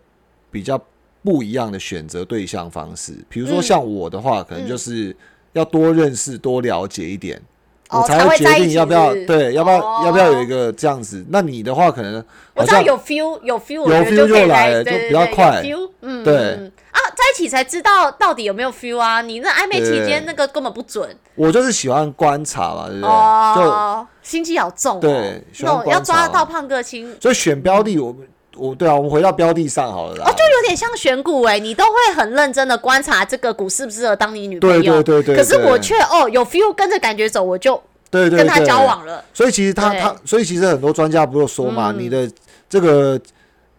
比较不一样的选择对象方式。比如说嗯像我的话，可能就是要多认识、多了解一点。哦我才会会决在一定起要不要是不是对，要不要、哦要不要有一个这样子？那你的话可能我好知道像有 feel 有 feel，我有觉 feel 得可以就来来了对就对比较对快有 feel，嗯，对嗯啊，在一起才知道到底有没有 feel 啊！你那暧昧期对间那个根本不准我就是喜欢观察嘛，对不对？就哦，心机好重哦，对喜那欢种观要抓察到胖哥亲，所以选标的我，们我对啊，我们回到标的上好了啦。哦，就有点像选股哎、你都会很认真的观察这个股适不适合当你女朋友。对对对对可是我对却哦有 feel 跟着感觉走，我就对对对，跟他交往了。所以其实他对嗯他，所以其实很多专家不是说嘛，你的这个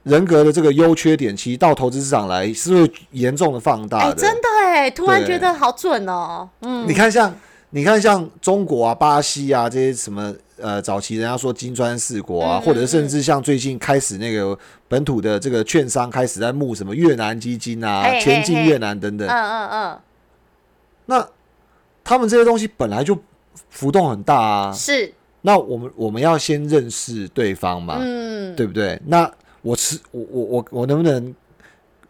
人格的这个优缺点，其实到投资市场来是会严重的放哎、大的。真的哎、突然觉对得好准哦。嗯，你看像你看像中国啊、巴西啊这些什么呃，早期人家说金砖四国啊，嗯或者甚至像最近开始那个本土的这个券商开始在募什么越南基金啊、嘿嘿前进嘿越南等等嗯，嗯嗯，那他们这些东西本来就浮动很大啊。是，那我们我们要先认识对方嘛，嗯，对不对？那我吃我我我我能不能？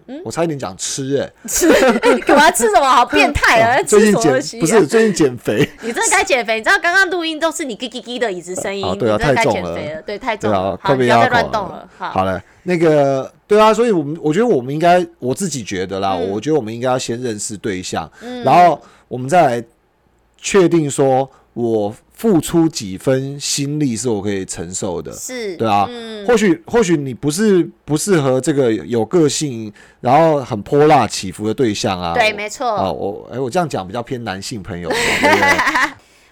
嗯我差一点讲吃哎、吃 <laughs> 干嘛吃什么？好变态啊！最吃什近么东西、减啊？不是最近减肥，你真的该减肥。你知道刚刚录音都是你叽叽叽的椅子声音，啊对啊你真的该太重减肥了了，对，太重对啊了，。好，快你不被要压再垮乱动了。 <laughs> 好，好了，那个对啊，所以我们我觉得我们应该我自己觉得啦，嗯我觉得我们应该要先认识对象，嗯然后我们再来确定说我付出几分心力是我可以承受的。是，对啊嗯，或许或许你不是不适合这个有个性，然后很泼辣起伏的对象啊。对，我没错。啊，我哎，我这样讲比较偏男性 <laughs> 朋友，对不对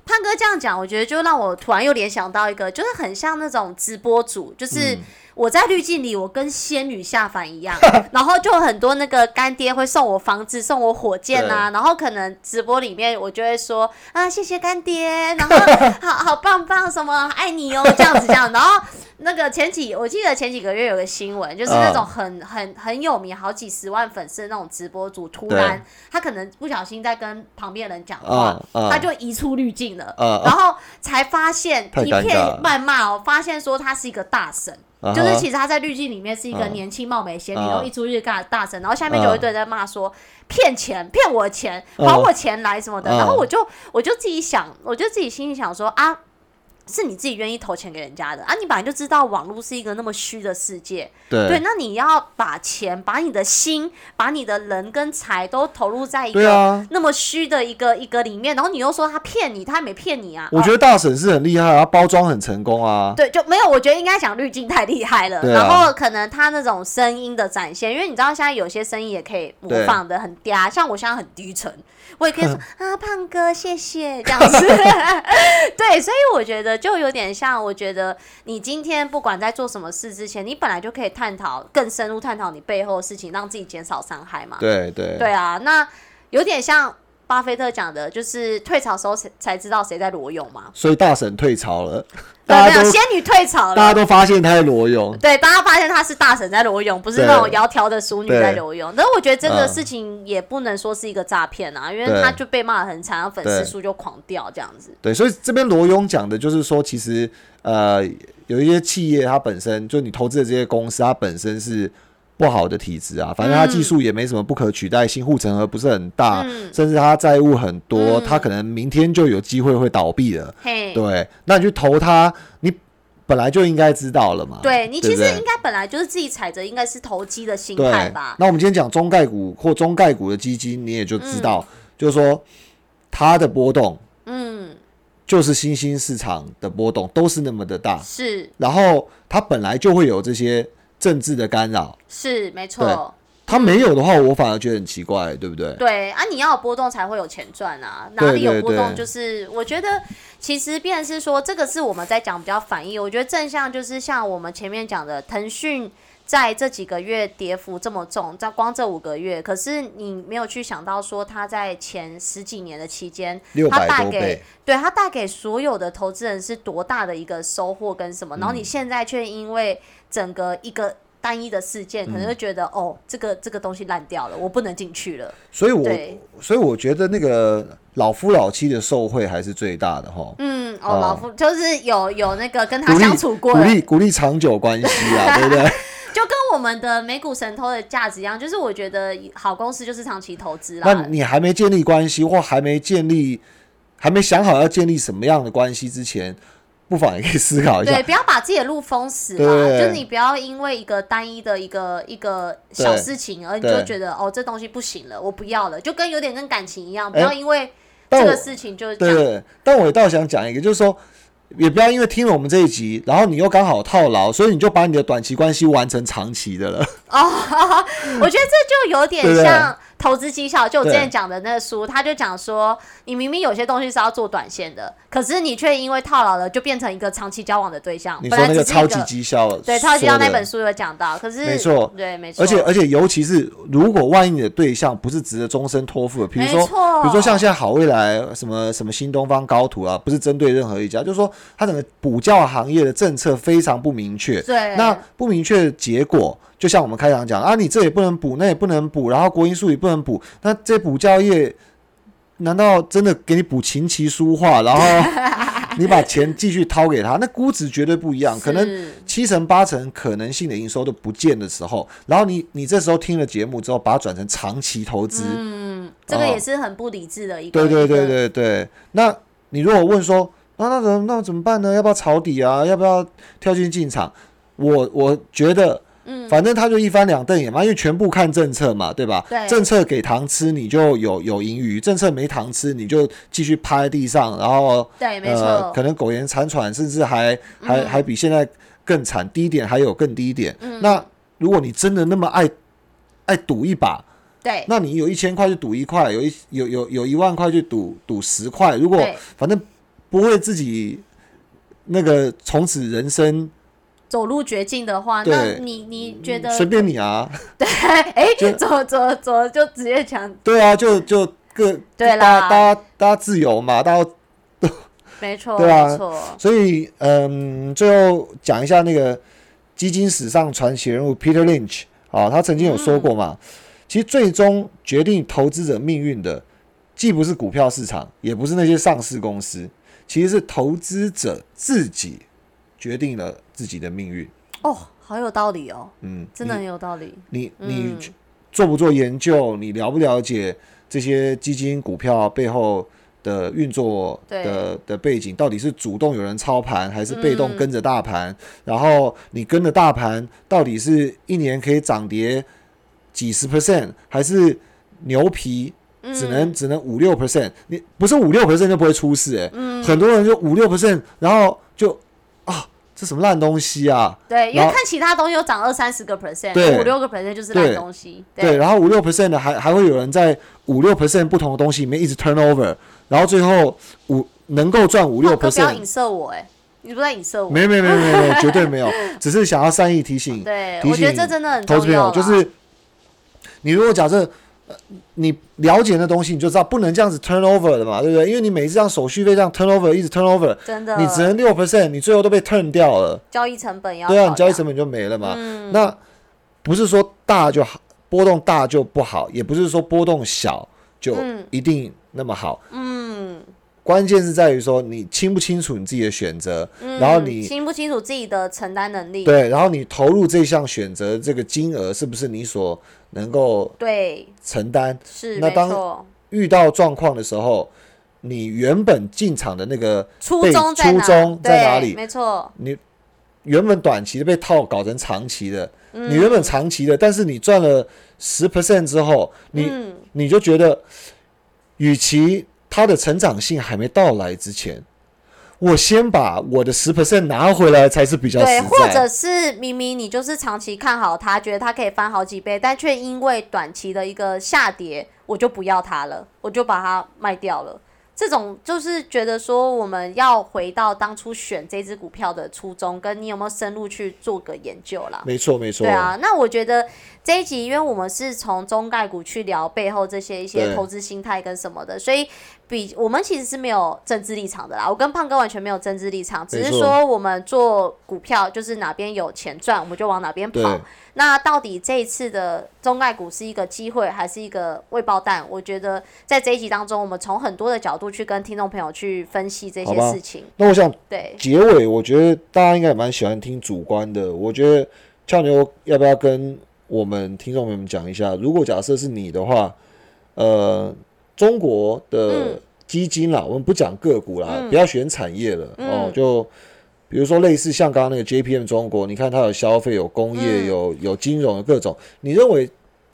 胖哥这样讲，我觉得就让我突然又联想到一个，就是很像那种直播主，就是我在滤镜里，我跟仙女下凡一样， <laughs> 然后就很多那个干爹会送我房子、送我火箭啊，然后可能直播里面我就会说啊，谢谢干爹，然后 <laughs> 好好棒棒，什么爱你哦，这样子这样，然后。那个前几，我记得前几个月有个新闻，就是那种很、很很有名，好几十万粉丝的那种直播主，突对然他可能不小心在跟旁边人讲话，啊啊，他就移出滤镜了，嗯嗯然后才发现太一尴片尬了谩骂哦，发现说他是一个大神，啊哈就是其实他在滤镜里面是一个嗯年轻貌美仙女，嗯然后一出日尬大神，然后下啊面就有一堆人在骂说骗钱，骗我钱，嗯还我钱来什么的，嗯然后我就我就自己想，我就自己心里想说啊。是你自己愿意投钱给人家的啊！你本来就知道网络是一个那么虚的世界，对，对那你要把钱、把你的心、把你的人跟财都投入在一对个啊，那么虚的一个一个里面，然后你又说他骗你，他也没骗你啊。我觉哦得大婶是很厉害啊，她包装很成功啊。对，就没有。我觉得应该讲滤镜太厉害了，对啊然后可能他那种声音的展现，因为你知道现在有些声音也可以模对仿的很嗲，像我现在很低沉，我也可 <laughs> 以说啊胖哥谢谢这样子。 <laughs> 对，所以我觉得就有点像，我觉得你今天不管在做什么事之前，你本来就可以探讨更深入探讨你背后的事情，让自己减少伤害嘛。对对对啊，那有点像巴菲特讲的，就是退潮时候才才知道谁在裸泳嘛。所以大婶退潮了，对，大没家有都仙女退潮大家了。都发现她在裸泳。对，大家发现她是大神在裸泳，不是那种对窈窕的淑女在对裸泳。但我觉得这个嗯事情也不能说是一个诈骗啊，因为对她就被骂的很惨，然后粉丝对数就狂掉这样子。对，所以这边罗勇讲的就是说，其实呃，有一些企业它本身就你投资的这些公司，它本身是不好的体质啊，反正它技术也没什么不可取代性，护城河不是很大，嗯甚至它债务很多，嗯它可能明天就有机会会倒闭了。嘿，对，那你去投它，你本来就应该知道了嘛。对你其不实对应该本来就是自己踩着应该是投机的心对态吧，那我们今天讲中概股或中概股的基金，你也就知道，就是说它的波动嗯，就是新兴市场的波动都是那么的大，是然后它本来就会有这些政治的干扰，是没错，它没有的话，我反而觉得很奇怪，对不对？对啊，你要有波动才会有钱赚啊，哪对里有对波动对就是我觉得其实变成是说这个是我们在讲比较反义，我觉得正向就是像我们前面讲的腾讯。在这几个月跌幅这么重，在光这五个月，可是你没有去想到说，它在前十几年的期间，六它百带多给倍，对它带给所有的投资人是多大的一个收获跟什嗯么？然后你现在却因为整个一个单一的事件，嗯可能就觉得、哦，这个这个东西烂掉了，我不能进去了。所以我对，所以我觉得那个老夫老妻的受惠还是最大的哈。嗯，哦，哦老夫就是有有那个跟他鼓相励处过鼓的，励鼓励长久关系啊，对不对？就跟我们的美股神偷的价值一样，就是我觉得好公司就是长期投资那啦。你还没建立关系，或还没建立，还没想好要建立什么样的关系之前，不妨也可以思考一下对，。不要把自己的路封死啦，对就是你不要因为一个单一的一个一个小事情，而你就对觉得哦，这东西不行了，我不要了，就跟有点跟感情一样，不哎要因为但这我个事情就这对样对，但我倒想讲一个，就是说，也不要因为听了我们这一集，然后你又刚好套牢，所以你就把你的短期关系完成长期的了。哦， <laughs> 我觉得这就有点对不对像投资绩效，就我之前对讲的那个书，他就讲说，你明明有些东西是要做短线的，可是你却因为套牢了，就变成一个长期交往的对象。你本说来那只个是一超级个绩效，对超级绩效那本，书有讲到，可是没错对没错，而且而且尤其是如果万一你的对象不是值得终身托付的，比如没说。错，比如说像现在好未来什么什么新东方高途啊，不是针对任何一家，就是说它整个补教行业的政策非常不明确，对那不明确的结果，就像我们开场讲啊，你这也不能补，那也不能补，然后国音数也不能补，那这补教业难道真的给你补琴棋书画，然后你把钱继续掏给他，那估值绝对不一样，可能 <laughs> 是七成八成可能性的营收都不见的时候，然后你你这时候听了节目之后，把它转成长期投资，嗯，这个哦也是很不理智的一个，对对对一个对对。那你如果问说，啊，那怎么那怎么办呢？要不要抄底啊？要不要跳进进场？我我觉得，嗯，反正他就一翻两瞪眼嘛，因为全部看政策嘛，对吧？对政策给糖吃，你就有有盈余；政策没糖吃，你就继续趴在地上，然后对没呃，错嗯可，能苟延残喘，甚至还还还比现在更惨，低点还有更低点。那如果你真的那么爱爱赌一把，对那你有一千块就赌一块，有一有有有一万块就赌赌十块。如果对反正不会自己那个从此人生，走入绝境的话，对那你你觉得 <laughs> 随便你啊，哎就走走走就直接讲对啊，就就各对大啦家大家大家自由嘛，大家没错，对啊没错，所以嗯，最后讲一下那个基金史上传奇人物 Peter Lynch 啊，他曾经有说过嘛，其实最终决定投资者命运的，既不是股票市场，也不是那些上市公司，其实是投资者自己决定了自己的命运。哦，好有道理哦，嗯，真的很有道理。你你嗯做不做研究，你了不了解这些基金股票背后的运作对的的背景，到底是主动有人操盘，还是被动跟着大盘？嗯然后你跟着大盘，到底是一年可以涨跌几十 percent，还是牛皮嗯只能、只能五六 percent？你不是五六 percent 就不会出事、欸，嗯很多人就五六 percent，然后就啊，这什么烂东西啊？对，因然为后看其他东西有涨二三十个 percent，对五六个 percent 就是烂对东西。对，，然后五六 percent 的还还会有人在五六 percent 不同的东西里面一直 turn over，然后最后五能够赚五六胖哥哦不要 percent，影射我哎、你是不是在影射我？没没没没没，绝对没 <laughs> 有，只是想要善意提醒，对，提我觉得醒这真的很投资重朋要啊友啦。就是你如果假设。呃你了解那东西，你就知道不能这样子 turn over 的嘛，对不对？因为你每一次这样手续费这样 turn over，一直 turn over，真的，你只能六 percent，你最后都被 turn 掉了。交易成本要对啊，你考交易量成本就没了嘛。嗯那不是说大就好，波动大就不好，也不是说波动小就嗯一定那么好。嗯，关键是在于说你清不清楚你自己的选择，然后嗯你清不清楚自己的承担能力？对，然后你投入这项选择这个金额是不是你所能够对承担？是那没当错，遇到状况的时候，你原本进场的那个初被衷在初哪？衷在对哪里没错，你原本短期的被套搞成长期的，嗯你原本长期的，但是你赚了十 percent 之后，你、嗯你就觉得，与其它的成长性还没到来之前，我先把我的十 percent 拿回来才是比较对，实或者在。是明明你就是长期看好它，觉得它可以翻好几倍，但却因为短期的一个下跌，我就不要它了，我就把它卖掉了。这种就是觉得说，我们要回到当初选这只股票的初衷，跟你有没有深入去做个研究啦。没错，没错。对啊，那我觉得这一集，因为我们是从中概股去聊背后这些一些对投资心态跟什么的，所以比我们其实是没有政治立场的啦。我跟胖哥完全没有政治立场，只没是错说我们做股票就是哪边有钱赚，我们就往哪边跑对。那到底这一次的中概股是一个机会还是一个未爆弹？我觉得在这一集当中，我们从很多的角度去跟听众朋友去分析这好吧些事情。那我想对，结尾，我觉得大家应该也蛮喜欢听主观的。我觉得俏牛要不要跟我们听众朋友们讲一下，如果假设是你的话，呃，中国嗯的基金啦，我们不讲个股啦，不要选产业了、嗯哦，就。比如说，类似像刚刚那个 JPM 中国，你看它有消费、有工业、嗯有有金融、有各种，你认为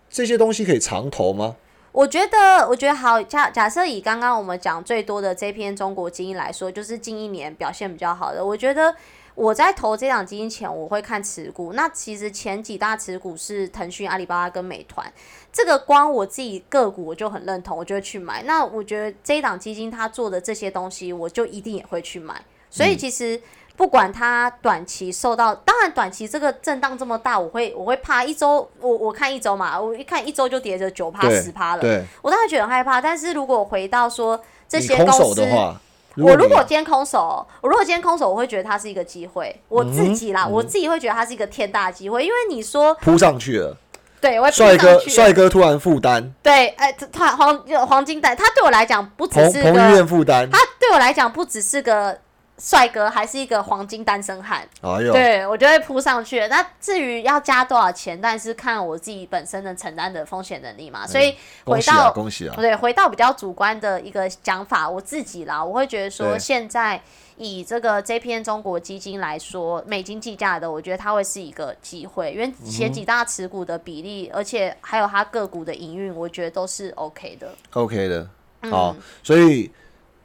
这些东西可以长投吗？我觉得，我觉得好假假设以刚刚我们讲最多的这篇中国基因来说，就是近一年表现比较好的，我觉得。我在投这档基金前，我会看持股。那其实前几大持股是腾讯、阿里巴巴跟美团。这个光我自己个股我就很认同，我就会去买。那我觉得这一档基金它做的这些东西，我就一定也会去买。所以其实不管它短期受到，当然短期这个震荡这么大，我会我会怕一周，我我看一周嘛，我一看一周就跌着九趴对十趴了。对，我当然觉得很害怕，但是如果回到说这你些空公手司的，话，我你如果今天空手，我如果今天空手，我会觉得它是一个机会，我自己啦，我自己会觉得它是一个天大的机会，因为你说扑上去了， <laughs> 对，我会帅扑哥上去，帅哥突然负担，对，哎、这它黄黄金蛋，它对我来讲不只彭是彭于个，晏负担，它对我来讲不只是个帅哥，还是一个黄金单身汉。哎呦，对我就会扑上去了。那至于要加多少钱，但是看我自己本身的承担的风险能力嘛。所以哎恭回喜到嗯啊，恭喜啊！对，回到比较主观的一个讲法，我自己啦，我会觉得说，对现在以这个 JPN 中国基金来说，美金计价的，我觉得它会是一个机会，因为前几大持股的比例，而且还有它个股的营运，我觉得都是 OK 的。 OK 的，嗯好、所以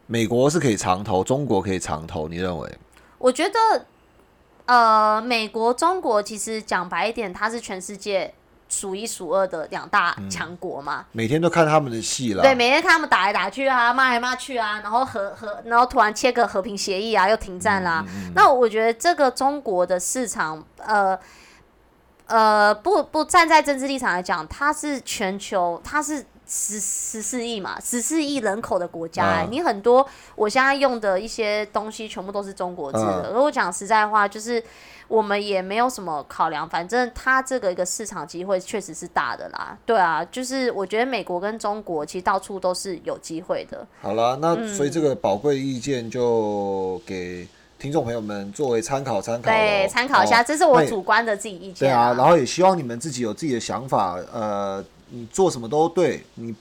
美国是可以长投，中国可以长投，你认为？我觉得，呃，美国、中国其实讲白一点，它是全世界数一数二的两大强国嘛。每天都看他们的戏啦，对，每天看他们打来打去啊，骂来骂去啊，然后和和，然后突然签个和平协议啊，又停战啦、那我觉得这个中国的市场，呃呃，不不站在政治立场来讲，它是全球，它是。十十四亿嘛，十四亿人口的国家、欸啊你很多我现在用的一些东西全部都是中国制的。啊如果讲实在话，就是我们也没有什么考量，反正它这个一个市场机会确实是大的啦。对啊，就是我觉得美国跟中国其实到处都是有机会的。好啦，嗯那所以这个宝贵的意见就给听众朋友们作为参考参考咯，对，参考一下，哦这是我那也主观的自己意对见。啊，然后也希望你们自己有自己的想法，呃，你做什么都对，你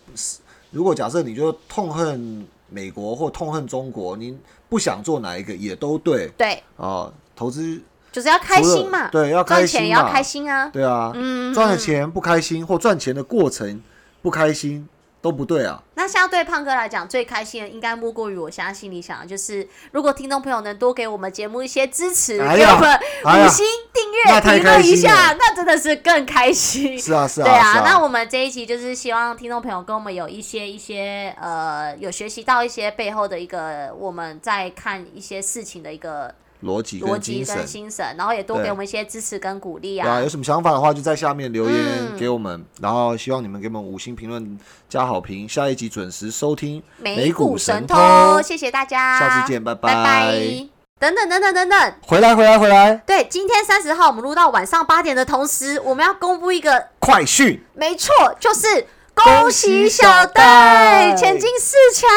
如果假设你就痛恨美国或痛恨中国，你不想做哪一个也都对对，啊、投资就是要开心嘛，除了对要开赚心钱也要嘛开心啊，对啊，嗯赚了钱不开心或赚钱的过程不开心都不对啊。那相对胖哥来讲，最开心的应该莫过于我现在心里想的就是，如果听众朋友能多给我们节目一些支持，哎给呀我们哎呀五星订阅、那太评论开一心下了，那真的是更开心。是啊，是啊，对是啊，啊。那我们这一期就是希望听众朋友跟我们有一些一些呃，有学习到一些背后的一个我们在看一些事情的一个逻辑逻跟辑精神跟，心神，然后也多对给我们一些支持跟鼓励对啊，啊有。什么想法的话就在下面留言嗯给我们，然后希望你们给我们五星评论加好评，下一集准时收听美股股神偷，偷，谢谢大家，下次见，拜拜拜。等等等等等等。回来，回来，回来，对，今天三十号我们录到晚上八点的同时，我们要公布一个，快讯。没错，就是恭喜小恭喜小戴戴前进四强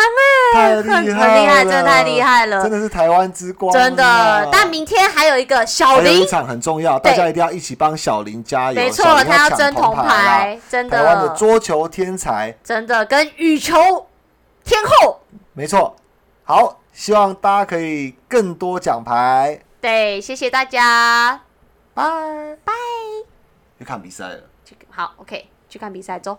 哎、太很厉很害了，厉害，真的太厉害真了，的是台湾之光、啊真的。但明天还有一个小还有一林，场很重要，对大家一定要一起帮小林加油。没错小，林他要要争铜铜啊，真台湾的的，桌球天才，真的跟羽球天后，没错。好，希望大家可以更多奖牌，对，谢谢大家，拜拜。去看比赛了。去好，OK，去看比赛走。